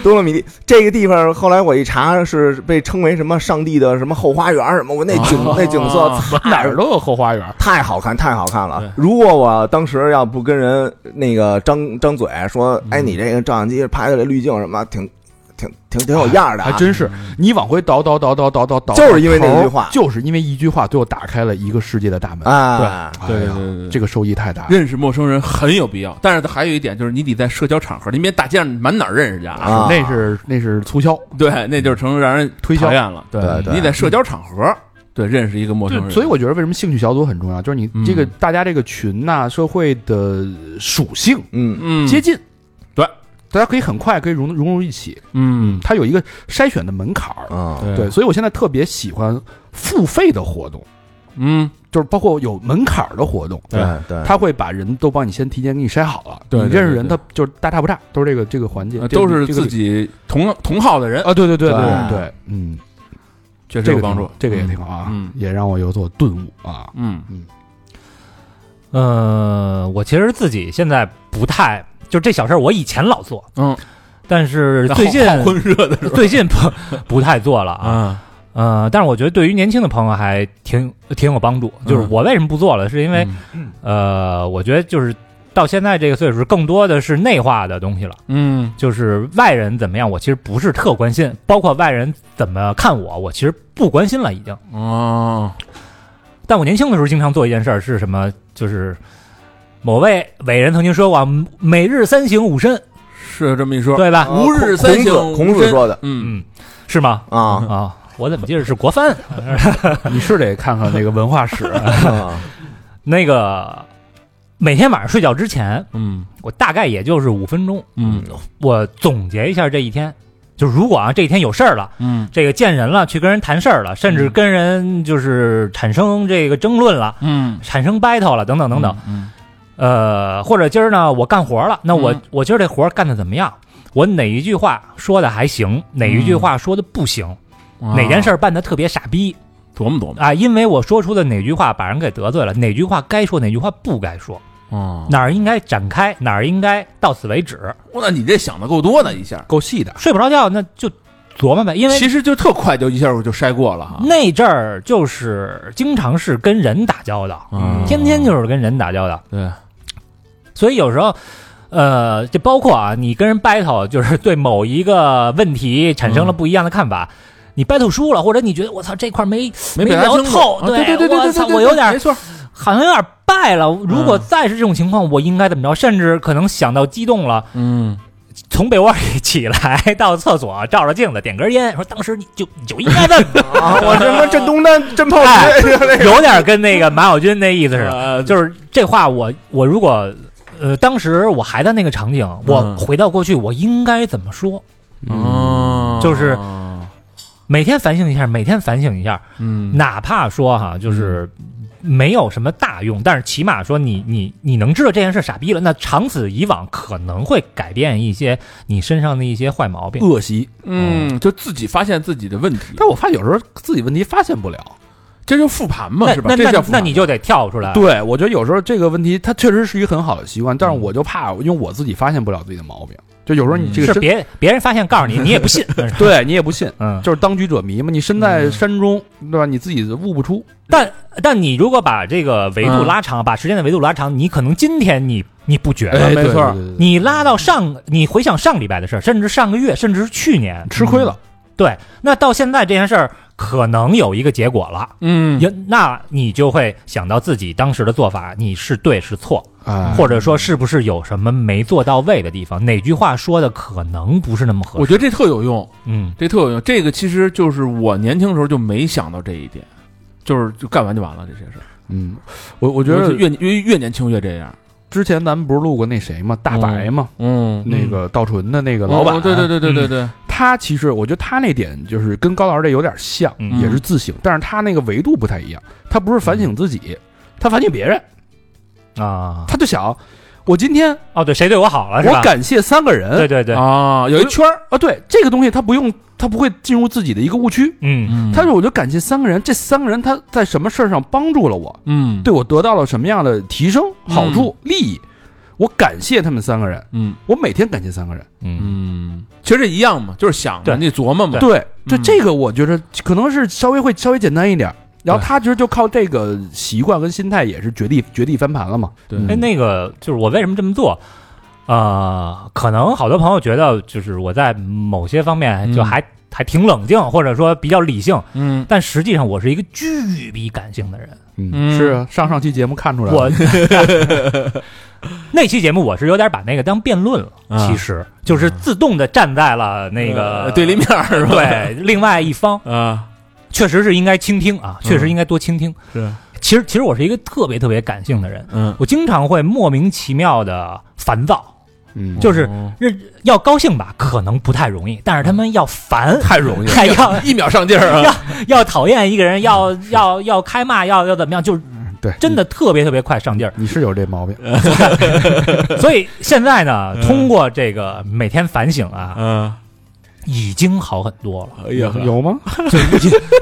多洛米蒂这个地方，后来我一查是被称为什么上帝的什么后花园儿什么，我那景哦那景色 哪儿都有后花园。太好看，太好看对了。如果我当时要不跟人那个张张嘴嗯说，哎，你这个照相机拍的这滤镜什么，挺挺挺挺有样儿的啊，还真是，你往回倒倒倒倒倒倒倒，就是因为那句话就是因为一句话，最后打开了一个世界的大门。啊，哎对呀对对对这个收益太大了。认识陌生人很有必要，但是还有一点就是，你得在社交场合，你别大街上满哪儿认识去啊。啊那是那是促销，对，那就是成让人推销讨厌了。对对对你得在社交场合，对认识一个陌生对，人。所以我觉得为什么兴趣小组很重要，就是你嗯这个大家这个群呐、社会的属性嗯嗯接近，对，大家可以很快可以融融入一起，嗯它有一个筛选的门槛儿。啊，嗯对，所以我现在特别喜欢付费的活动，嗯就是包括有门槛儿的活动，对对他会把人都帮你先提前给你筛好了，对对你认识人，对他就是大差不差，都是这个这个环节呃，都是这个自己同同号的人，啊，对对对对对，嗯，确实这有个帮助挺。这个也挺好啊，嗯也让我有所顿悟啊，嗯呃，我其实自己现在不太，就这小事儿，我以前老做，嗯，但是在最好近好混热的时最近不不太做了啊。候啊，呃，但是我觉得对于年轻的朋友还挺挺有帮助。就是嗯我为什么不做了，是因为呃，我觉得就是到现在这个岁数，更多的是内化的东西了。嗯就是外人怎么样，我其实不是特关心，包括外人怎么看我，我其实不关心了已经。嗯哦，但我年轻的时候经常做一件事儿是什么？就是某位伟人曾经说过啊，每日三省吾身，是有这么一说。对吧？啊吾日三省孔子孔子说的嗯，嗯，是吗？啊，啊，我怎么记得是国藩？你是得看看那个文化 史，啊那个每天晚上睡觉之前，嗯我大概也就是五分钟，嗯我总结一下这一天。就如果啊这一天有事儿了，嗯这个见人了，去跟人谈事儿了，甚至跟人就是产生这个争论了，嗯，产生 battle 了，等等等等。嗯，呃，或者今儿呢，我干活了，那我、嗯我今儿这活儿干的怎么样？我哪一句话说的还行，哪一句话说的不行，嗯哪件事儿办的特别傻逼琢磨琢磨啊？因为我说出的哪句话把人给得罪了，哪句话该说，哪句话不该说。嗯，哪儿应该展开，哪儿应该到此为止。哦哇，那你这想的够多的一下，够细的，睡不着觉那就琢磨呗，因为其实就特快就一下我就筛过了哈。那阵儿就是经常是跟人打交道，嗯天天就是跟人打交道，对，所以有时候。呃，这包括啊，你跟人 battle，就是对某一个问题产生了不一样的看法，嗯你 battle 输了，或者你觉得我操这块没没没表达聊清楚透啊对对对对对我对操对我对有点没错，好像有点败了。如果再是这种情况，我应该怎么着？甚至可能想到激动了，嗯，从被窝里起来，到厕所照照镜子，点根烟，说当时你就你就应该这么，啊，我什么震东单、震炮哎石， 那个有点跟那个马小军那意思似的。呃就是这话我，我如果呃当时我还在那个场景，我嗯回到过去，我应该怎么说？哦就是每天反省一下，每天反省一下，嗯哪怕说哈，就是没有什么大用，但是起码说你你你能知道这件事傻逼了，那长此以往可能会改变一些你身上的一些坏毛病。恶习。嗯，就自己发现自己的问题，但我发现有时候自己问题发现不了。这就复盘嘛，那是吧？那这叫那复那盘你就得跳出来。对，我觉得有时候这个问题，它确实是一个很好的习惯，但是我就怕，因为我自己发现不了自己的毛病，就有时候你这个是身，别别人发现告诉你，你也不 信。但是对你也不信，嗯，就是当局者迷嘛，你身在山中，对吧？你自己悟不出，但但你如果把这个维度嗯拉长，把时间的维度拉长，你可能今天你你不觉得，哎，没对错，对对对对你拉到上，你回想上礼拜的事儿，甚至上个月，甚至是去年，吃亏了，对，那到现在这件事儿可能有一个结果了，嗯也那你就会想到自己当时的做法，你是对是错，嗯哎，或者说是不是有什么没做到位的地方，哪句话说的可能不是那么合我适，觉得这特有用，嗯，这特有用。这个其实就是我年轻时候就没想到这一点，就是就干完就完了这些事儿。嗯，我我我觉得越越越年轻越这样。之前咱们不是录过那谁嘛，大白嘛，嗯那个稻醇的那个老板，啊哦对对对对对对，他其实我觉得他那点就是跟高老师这有点像，嗯也是自省，但是他那个维度不太一样，他不是反省自己，他反省别人，啊，他就想，我今天哦对，谁对我好了是吧？我感谢三个对人对对，啊，有一圈儿，啊，对这个东西他不用，他不会进入自己的一个误区，嗯他说我就感谢三个人，这三个人他在什么事儿上帮助了我，嗯，对我得到了什么样的提升、嗯好处、利益，我感谢他们三个人，嗯我每天感谢三个人，嗯，嗯，其实这一样嘛，就是想嘛，对你琢磨嘛，对，就嗯这个我觉得可能是稍微会稍微简单一点儿。然后他其实就靠这个习惯跟心态，也是绝地绝地翻盘了嘛。对哎，那个就是我为什么这么做。呃，可能好多朋友觉得，就是我在某些方面就还、还挺冷静，或者说比较理性，嗯但实际上我是一个巨逼感性的人。嗯是啊，上上期节目看出来了，我 那期节目我是有点把那个当辩论了，啊其实就是自动的站在了那个、呃对立面儿 是吧？对另外一方，啊，确实是应该倾听啊，嗯确实应该多倾听。是，其实其实我是一个特别特别感性的人，嗯，我经常会莫名其妙的烦躁。嗯哦就是要高兴吧，可能不太容易，但是他们要烦，太容易了还要一秒上劲儿啊，要讨厌一个人，要要要开骂，要要怎么样，就是对，真的呃特别特别快上劲儿。你是有这毛病，所以现在呢，嗯通过这个每天反省啊，嗯，已经好很多了，哎呀，有吗？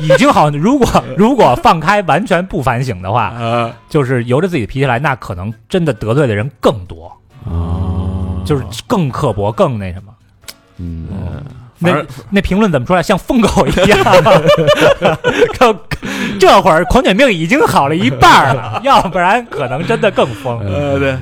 已经好很。如果嗯如果放开完全不反省的话，啊就是由着自己的脾气来，那可能真的得罪的人更多，啊就是更刻薄，更那什么。嗯，那反而那评论怎么出来？像疯狗一 样。这这会儿狂犬病已经好了一半儿 了，要不然可能真的更疯。嗯呃对，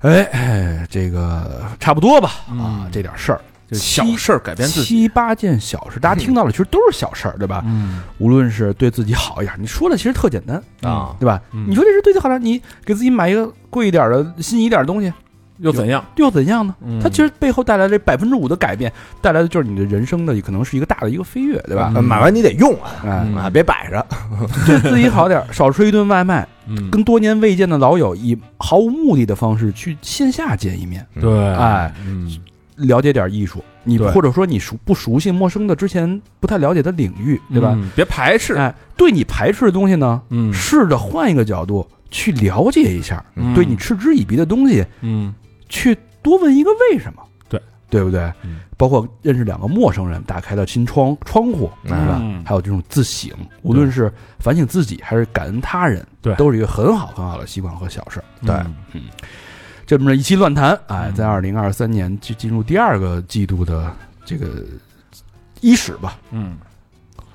哎哎， 这个差不多吧啊嗯，这点事儿，就小事儿改变自己，七八件小事，大家听到了其实都是小事儿，对吧？嗯无论是对自己好一点，你说的其实特简单，啊，对吧？嗯你说这是对自己好点，你给自己买一个贵一点的、心仪一点的东西，嗯又怎样？又怎样呢？嗯它其实背后带来这百分之五的改变，带来的就是你的人生的可能是一个大的一个飞跃，对吧？嗯 买完你得用啊，哎，嗯啊，别摆着。对自己好点儿，少吃一顿外卖，嗯跟多年未见的老友以毫无目的的方式去线下见一面，对，哎，嗯了解点艺术，你对或者说你熟不熟悉陌生的之前不太了解的领域，对吧？？嗯别排斥，哎，对你排斥的东西呢，嗯试着换一个角度去了解一下，嗯对你嗤之以鼻的东西，嗯去多问一个为什么，对对不对？嗯包括认识两个陌生人，打开了新窗窗户，是吧？嗯还有这种自省，无论是反省自己还是感恩他人，对都是一个很好很好的习惯和小事儿。嗯对这么着一期乱谈，哎，嗯在二零二三年就进入第二个季度的这个伊始吧，嗯，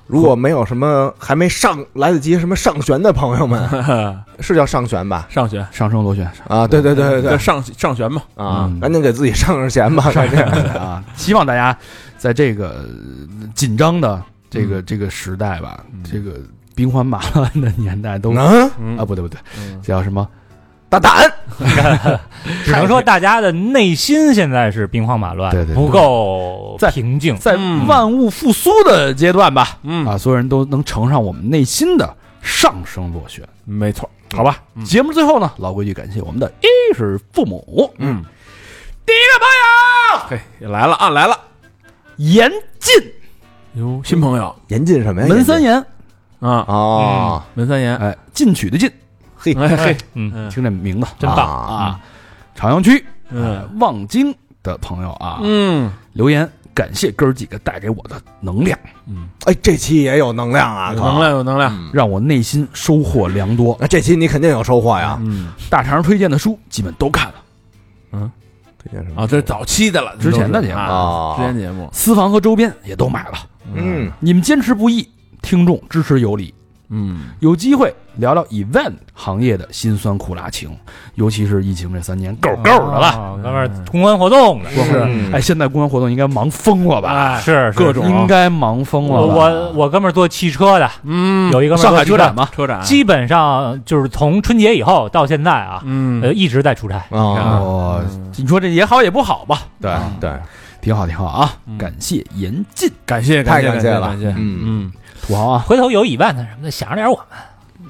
如果没有什么还没上来得及什么上旋的朋友 们，是叫上旋吧？上学上升螺旋啊，对对对对叫对上上旋嘛，啊嗯，赶紧给自己上上弦吧， 赶紧。啊！希望大家在这个呃紧张的这个、这个时代吧，嗯这个兵荒马乱的年代都、能啊，不对不对，嗯这叫什么？大胆，只能说大家的内心现在是兵荒马乱，对对对不够在平静。在嗯万物复苏的阶段吧，嗯，啊，所有人都能乘上我们内心的上升螺旋，没错，好吧？嗯节目最后呢，老规矩，感谢我们的衣食父母，嗯，第一个朋友，嘿，来了啊，来了，严禁哟，新朋友严禁什么呀？门三严言，啊，禁哦，门三言，哎，进取的进，嘿，哎嘿，嗯，嗯听这名字真棒棒啊，朝阳区呃嗯望京的朋友啊，嗯留言感谢哥儿几个带给我的能量，嗯，哎，这期也有能量啊，有靠能量有能量，让我内心收获良多。 那这期你肯定有收获呀。嗯大肠推荐的书基本都看了，啊，这是早期的了，之前的节目啊，之前节目，私房和周边也都买了。嗯，你们坚持不易，听众支持有礼。嗯有机会聊聊 event 行业的辛酸苦辣情，尤其是疫情这三年，够够的了。啊，嗯哥们儿公关活动呢，是哎，现在公关活动应该忙疯了吧？哎啊是是嗯各种应该忙疯我了吧。我我哥们儿做汽车的，嗯，有一个上海车展，嘛，车展，嗯基本上就是从春节以后到现在啊，嗯呃，一直在出差。啊，哦，你说这也好也不好吧？啊对对，挺好，挺好啊！嗯感谢严进感谢太感感谢谢了感谢，嗯，嗯土豪啊，回头有以外的什么的，想着点我们，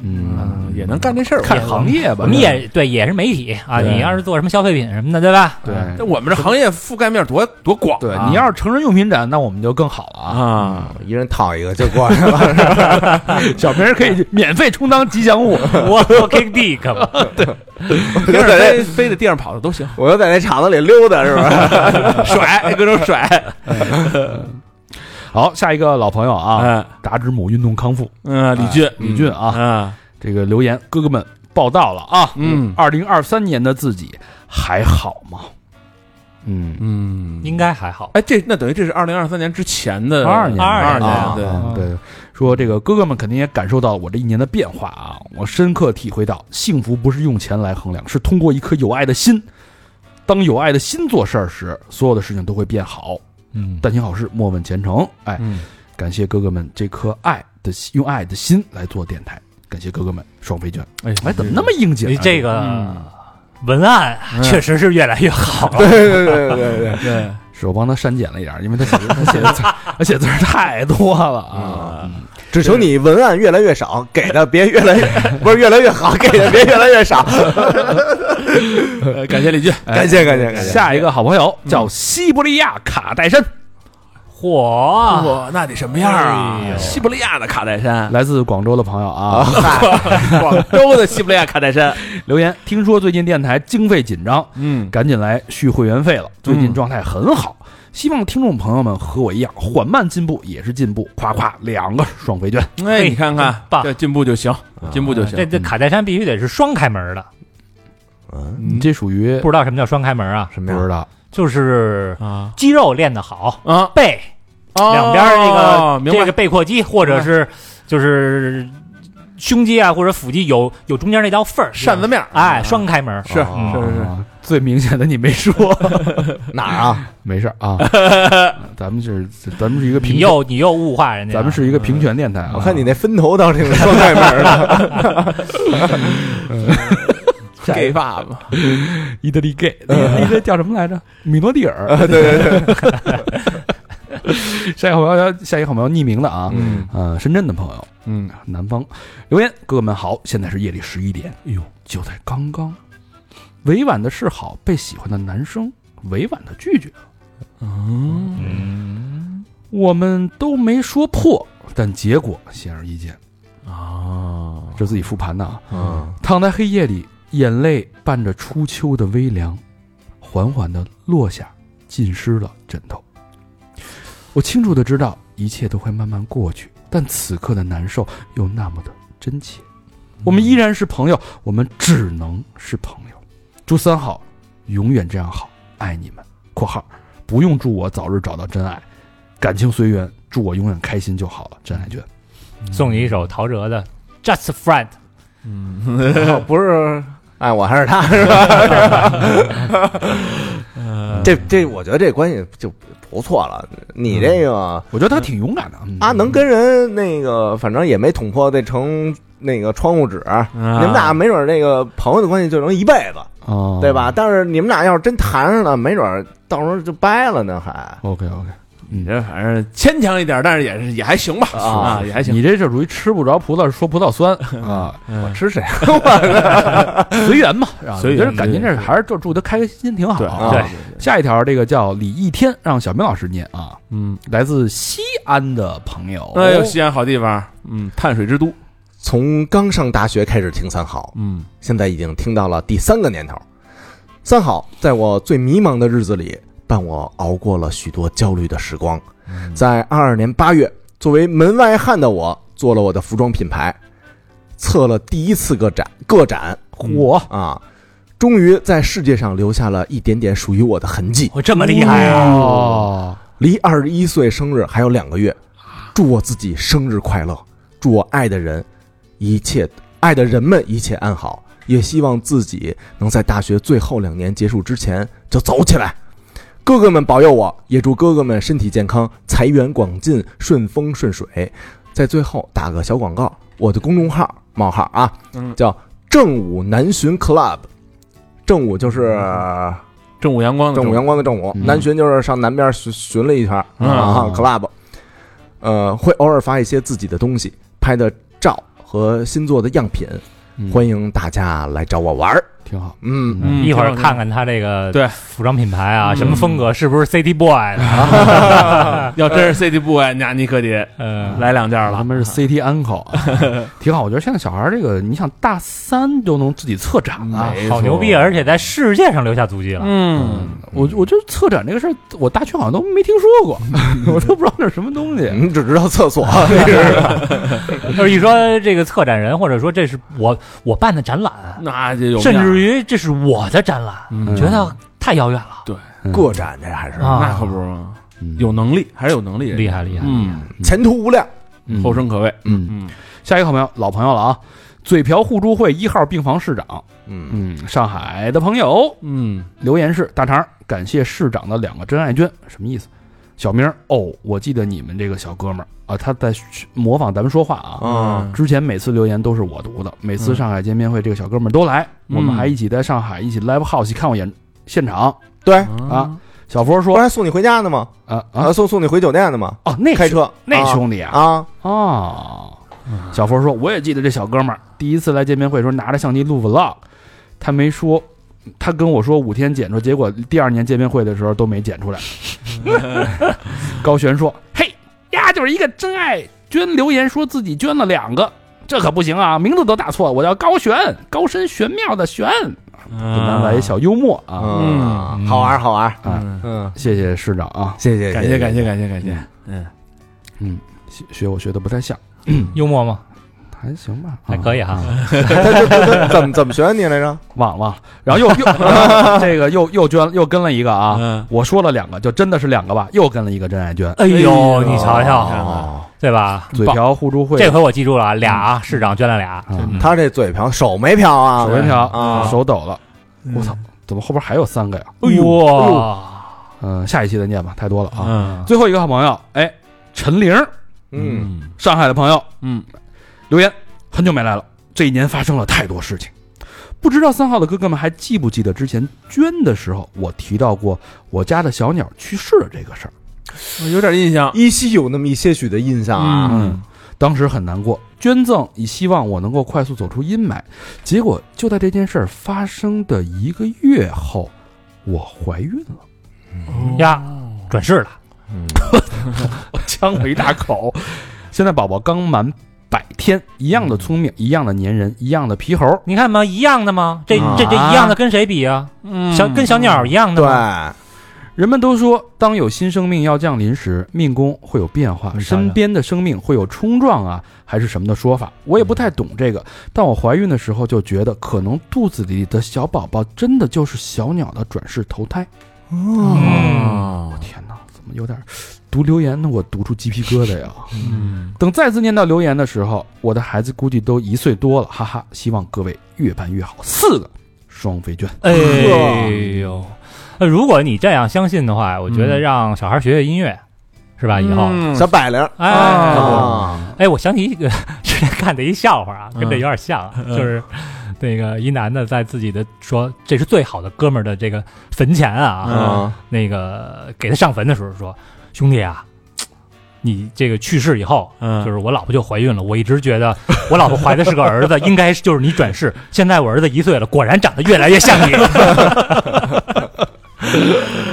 嗯，嗯，也能干这事儿，看行呃业吧，我们也对，也是媒体啊。对你要是做什么消费品什么的，对吧？对这我们这行业覆盖面多多广啊，对。你要是成人用品展，那我们就更好了啊！啊，一人套一个就过去 了。 小明儿可以免费充当吉祥物，我我 k D 可不我就跟在着飞这，飞在地上跑的都行，我就在这厂子里溜达，是不 是？甩各种甩，好，下一个老朋友啊，嗯达之母运动康复嗯，李俊李俊啊，啊，这个留言，哥哥们报道了啊！嗯二零二三年的自己还好吗？嗯，嗯应该还好。哎，这那等于这是二零二三年之前的二年，二22年，啊对，嗯对，说这个哥哥们肯定也感受到我这一年的变化啊！我深刻体会到，幸福不是用钱来衡量，是通过一颗有爱的心。当有爱的心做事儿时，所有的事情都会变好。嗯，但行好事，莫问前程。哎，嗯感谢哥哥们这颗爱的心用爱的心来做电台，感谢哥哥们双飞卷。哎哎，怎么那么应景、你啊？这嗯个文案啊确实是越来越好了。对对对对对，对是我帮他删减了一点儿，因为他写他写的字儿，他写字儿太多了啊。啊？只求你文案越来越少，给的别越来越 不是越来越好，给的别越来越少。呃感谢李俊，嗯感谢感谢感嗯谢。哎下一个好朋友叫西伯利亚卡戴珊，嚯，哇，那得什么样啊哎啊？呦西伯利亚的卡戴珊，来自广州的朋友啊， 广州的西伯利亚卡戴 珊，留言听说最近电台经费紧张，嗯，赶紧来续会员费了，最嗯近状态很好。希望听众朋友们和我一样，缓慢进步也是进步，夸夸两个双飞卷，哎，你看看，棒这进步就行，啊进步就这行，嗯这卡戴珊必须得是双开门的，嗯，你这属于不知道什么叫双开门啊？什么不知呀？道就是啊肌肉练得好，啊，背两边儿这个、哦明这白个背阔肌，或者是就是胸肌啊，或者腹肌有有中间那道缝儿，扇子面儿啊哎，双开门儿，是哦是是啊，最明显的你没 说，哪儿啊？没事儿 啊，咱们是咱们是一个你平权，又你又物化人家，咱们是一个平权电台啊。我看你那分头倒是挺双开门的。是给爸爸，意大利 gay，那那叫什么来着？米诺地尔。嗯对对对。 下一个好朋友，下一个好朋友匿名的啊，嗯呃，深圳的朋友， 嗯，南方留言，哥哥们好，现在是夜里十一点，哎呦，就在刚刚，委婉的示好，被喜欢的男生委婉的拒绝了，嗯，我们都没说破，但结果显而易见，哦，这自己复盘的啊，嗯，躺在黑夜里，眼泪伴着初秋的微凉，缓缓的落下，浸湿了枕头。我清楚的知道一切都会慢慢过去，但此刻的难受又那么的真切。我们依然是朋友，我们只能是朋友。祝三好永远这样好，爱你们。（括号不用祝我早日找到真爱，感情随缘，祝我永远开心就好了。）真爱娟，送你一首陶喆的《Just a Friend》。嗯，不是爱哎我还是他是吧？啊嗯这这，我觉得这关系就不错了。你嗯这个我觉得他挺勇敢的。嗯啊，能跟人那个，反正也没捅破这层那个窗户纸。啊你们俩没准那个朋友的关系就能一辈子，哦，对吧？但是你们俩要是真谈上了，没准到时候就掰了呢，还？OK OK，你这反正牵强一点，但是也是也还行吧，啊，也还行。你这就属于吃不着葡萄说葡萄酸啊，嗯吃谁？ 随缘嘛。啊随缘我觉得感情这还是就祝他开开心心挺好对啊。对，下一条这个叫李一天，让小明老师念啊，嗯，来自西安的朋哦友。哦哎呦，西安好地方，嗯，碳水之都，从刚上大学开始听三好，嗯，现在已经听到了第三个年头。三好在我最迷茫的日子里，伴我熬过了许多焦虑的时光。在二二年八月，作为门外汉的我，做了我的服装品牌，测了第一次个展，个展嚯，啊，终于在世界上留下了一点点属于我的痕迹。我这么厉害啊！哦，离二十一岁生日还有两个月，祝我自己生日快乐，祝我爱的人一切爱的人们一切安好，也希望自己能在大学最后两年结束之前就走起来。哥哥们保佑我，也祝哥哥们身体健康，财源广进，顺风顺水。在最后打个小广告，我的公众号冒号啊，嗯叫正午南巡 Club，正午就是正午阳光的正午阳光的正午，嗯南巡就是上南边巡巡了一圈儿嗯啊，club，呃，会偶尔发一些自己的东西拍的照和新做的样品，嗯欢迎大家来找我玩儿。挺好。嗯，嗯一会儿挺好看看他这个对嗯服装品牌啊，什么风格，是不是 City Boy 的？要真是 City Boy，那你可得嗯，来两件他了。们是 CT uncle，啊挺好。我觉得现在小孩儿这个，你想大三就能自己策展啊。呃没错哎好牛逼，而且在世界上留下足迹了。嗯，我我觉得策展这个事儿，我大学好像都没听说过， 我都不知道那是什么东西。 你只知道厕所， 就是一说这个策展人，或者说这是我我办的展览，那就有面甚儿至于这是我的展览，嗯觉得太遥远了。个展这还是啊那可不是吗？嗯有能力还是有能力，厉害厉害厉害！嗯，前途无量。嗯后生可畏。嗯，嗯，下一个好朋友，老朋友了啊，嘴瓢互助会一号病房室长，嗯，嗯，上海的朋友嗯，留言是大肠，感谢市长的两个真爱捐，什么意思？小明哦，我记得你们这个小哥们儿啊，他在学模仿咱们说话啊。嗯之前每次留言都是我读的，每次嗯上海见面会，这个小哥们儿都来，嗯我们还一起在上海一起 live house 看过演现场。对，啊，小佛我说还送你回家呢嘛，啊啊啊，送送你回酒店呢嘛，哦，那开兄车那啊兄弟啊啊，哦，小佛说我也记得这小哥们儿第一次来见面会时候拿着相机录 vlog，他没说，他跟我说五天剪出，结果第二年见面会的时候都没剪出来。高璇说：“嘿呀，就是一个真爱捐留言说自己捐了两个，这可不行啊，名字都打错，我叫高璇，高深玄妙的玄，嗯给咱来一小幽默啊嗯，嗯好玩儿好玩儿。嗯，嗯，谢谢市长啊，谢谢，感 谢感谢感谢感谢。嗯，学学我学的不太像，幽默吗？还行吧，还可以哈啊。他他他他怎么怎么选你来着？忘了忘了，然后又又 这个又又捐又跟了一个啊，嗯我说了两个，就真的是两个吧，又跟了一个真爱捐，哎呦，你瞧看瞧，哦，对吧？嘴瓢互助会，这回我记住了，俩啊市长捐了俩，嗯他这嘴瓢，手没瓢啊？手没瓢啊手抖了，嗯我操，怎么后边还有三个呀？哎哎哇，嗯，下一期再念吧，太多了啊。嗯最后一个好朋友，哎，陈玲，嗯。上海的朋友嗯留言，很久没来了，这一年发生了太多事情。不知道三号的哥哥们还记不记得之前捐的时候，我提到过我家的小鸟去世的这个事儿。嗯，有点印象。依稀有那么一些许的印象啊。嗯，当时很难过，捐赠以希望我能够快速走出阴霾。结果就在这件事儿发生的一个月后，我怀孕了，呀，转世了，我呛了一大口。 现在宝宝刚满百天，一样的聪明，一样的粘人，一样的皮猴。你看嘛，一样的吗？这啊这这一样的跟谁比啊？嗯小跟小鸟一样的对吗？，人们都说，当有新生命要降临时，命宫会有变化，嗯身边的生命会有冲撞啊，还是什么的说法，我也不太懂这个。但我怀孕的时候就觉得，可能肚子里的小宝宝真的就是小鸟的转世投胎。嗯我天哪，怎么有点读留言？那我读出鸡皮疙瘩呀！嗯，等再次念到留言的时候，我的孩子估计都一岁多了，哈哈！希望各位越办越好。四个双飞卷，哎呦，那如果你这样相信的话，我觉得让小孩学学音乐，是嗯吧？啊以后，小百灵儿哎，啊，哎，我想起一个 之前看的一笑话啊，跟这嗯有点像啊，就是那个一男的在自己的说这是最好的哥们儿的这个坟前啊，嗯那个给他上坟的时候说，兄弟啊。你这个去世以后，嗯就是我老婆就怀孕了。我一直觉得我老婆怀的是个儿子，应该是就是你转世。现在我儿子一岁了，果然长得越来越像你。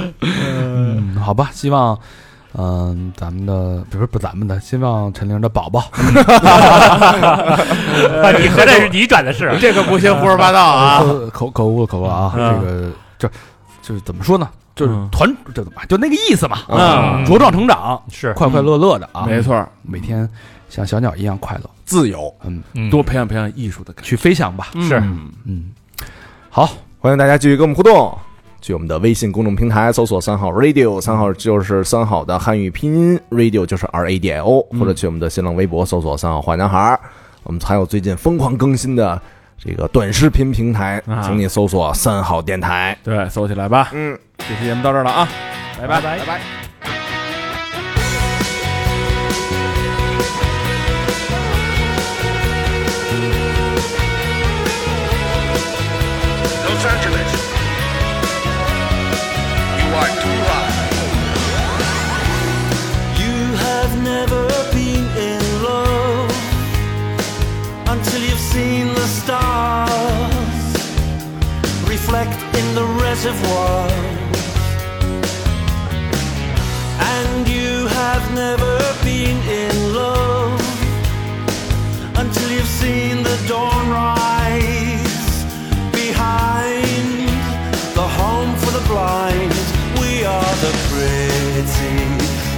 嗯，好吧，希望，嗯、咱们的不是不咱们的，希望陈玲的宝宝，你合着是你转的啊是？这可不行，胡说八道啊！呃 口口误了口误了啊，嗯这个这就是怎么说呢？就是嗯团这怎么就那个意思嘛，嗯茁壮成长，是快快乐乐的啊，嗯没，错儿，每天像小鸟一样快乐，自由。嗯，嗯多培养培养艺术的感觉。去飞翔吧，是嗯，好，欢迎大家继续跟我们互动，去我们的微信公众平台搜索“三好 radio”，三好就是三好的汉语拼音，radio 就是 R A D I O，或者去我们的新浪微博搜索“三好坏男孩儿”。我们还有最近疯狂更新的这个短视频平台，啊请你搜索“三好电台对，搜起来吧”。。嗯。这期节目到这儿了啊，拜拜。 Los Angeles. You are too loud. You have never been in love until you've seen the stars reflect in the reservoir. And you have never been in love until you've seen the dawn rise behind the home for the blind. We are the pretty,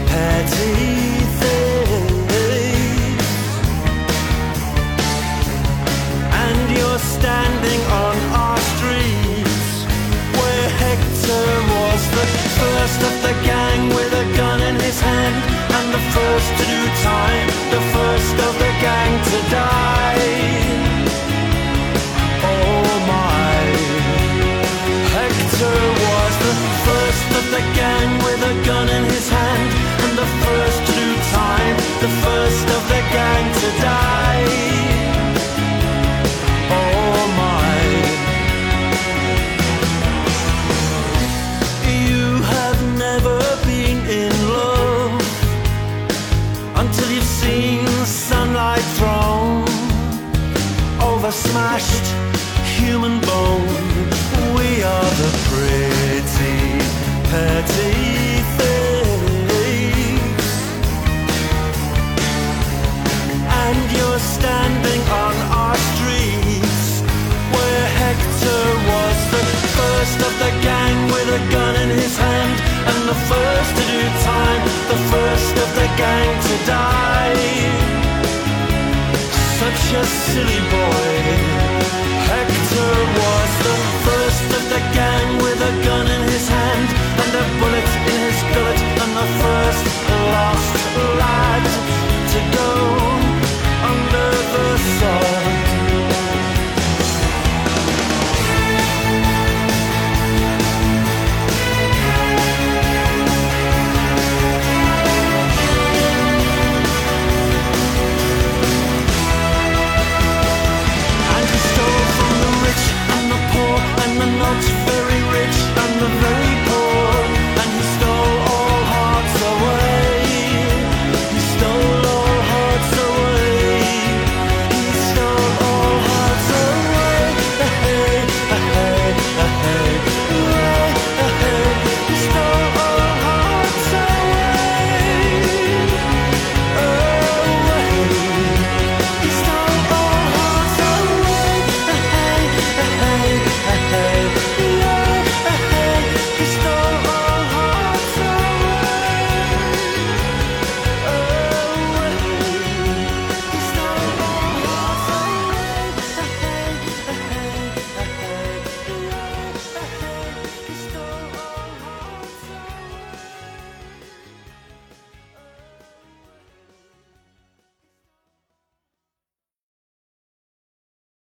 petty things. And you're standing on our streets where Hector was the first of the gang with a gun in his hand and the first to do time, the first of the gang to die. Oh my. Hector was the first of the gang with a gun in his hand And the first to do time, the first of the gang to die Oh my You have never been in love Until you've seen sunlight thrown over smashed human bone. We are the pretty, petty things. And you're standing on our streets where Hector was the first of the gang with a gun in his hand and the first to do time, the first of the gang to die such a silly boy.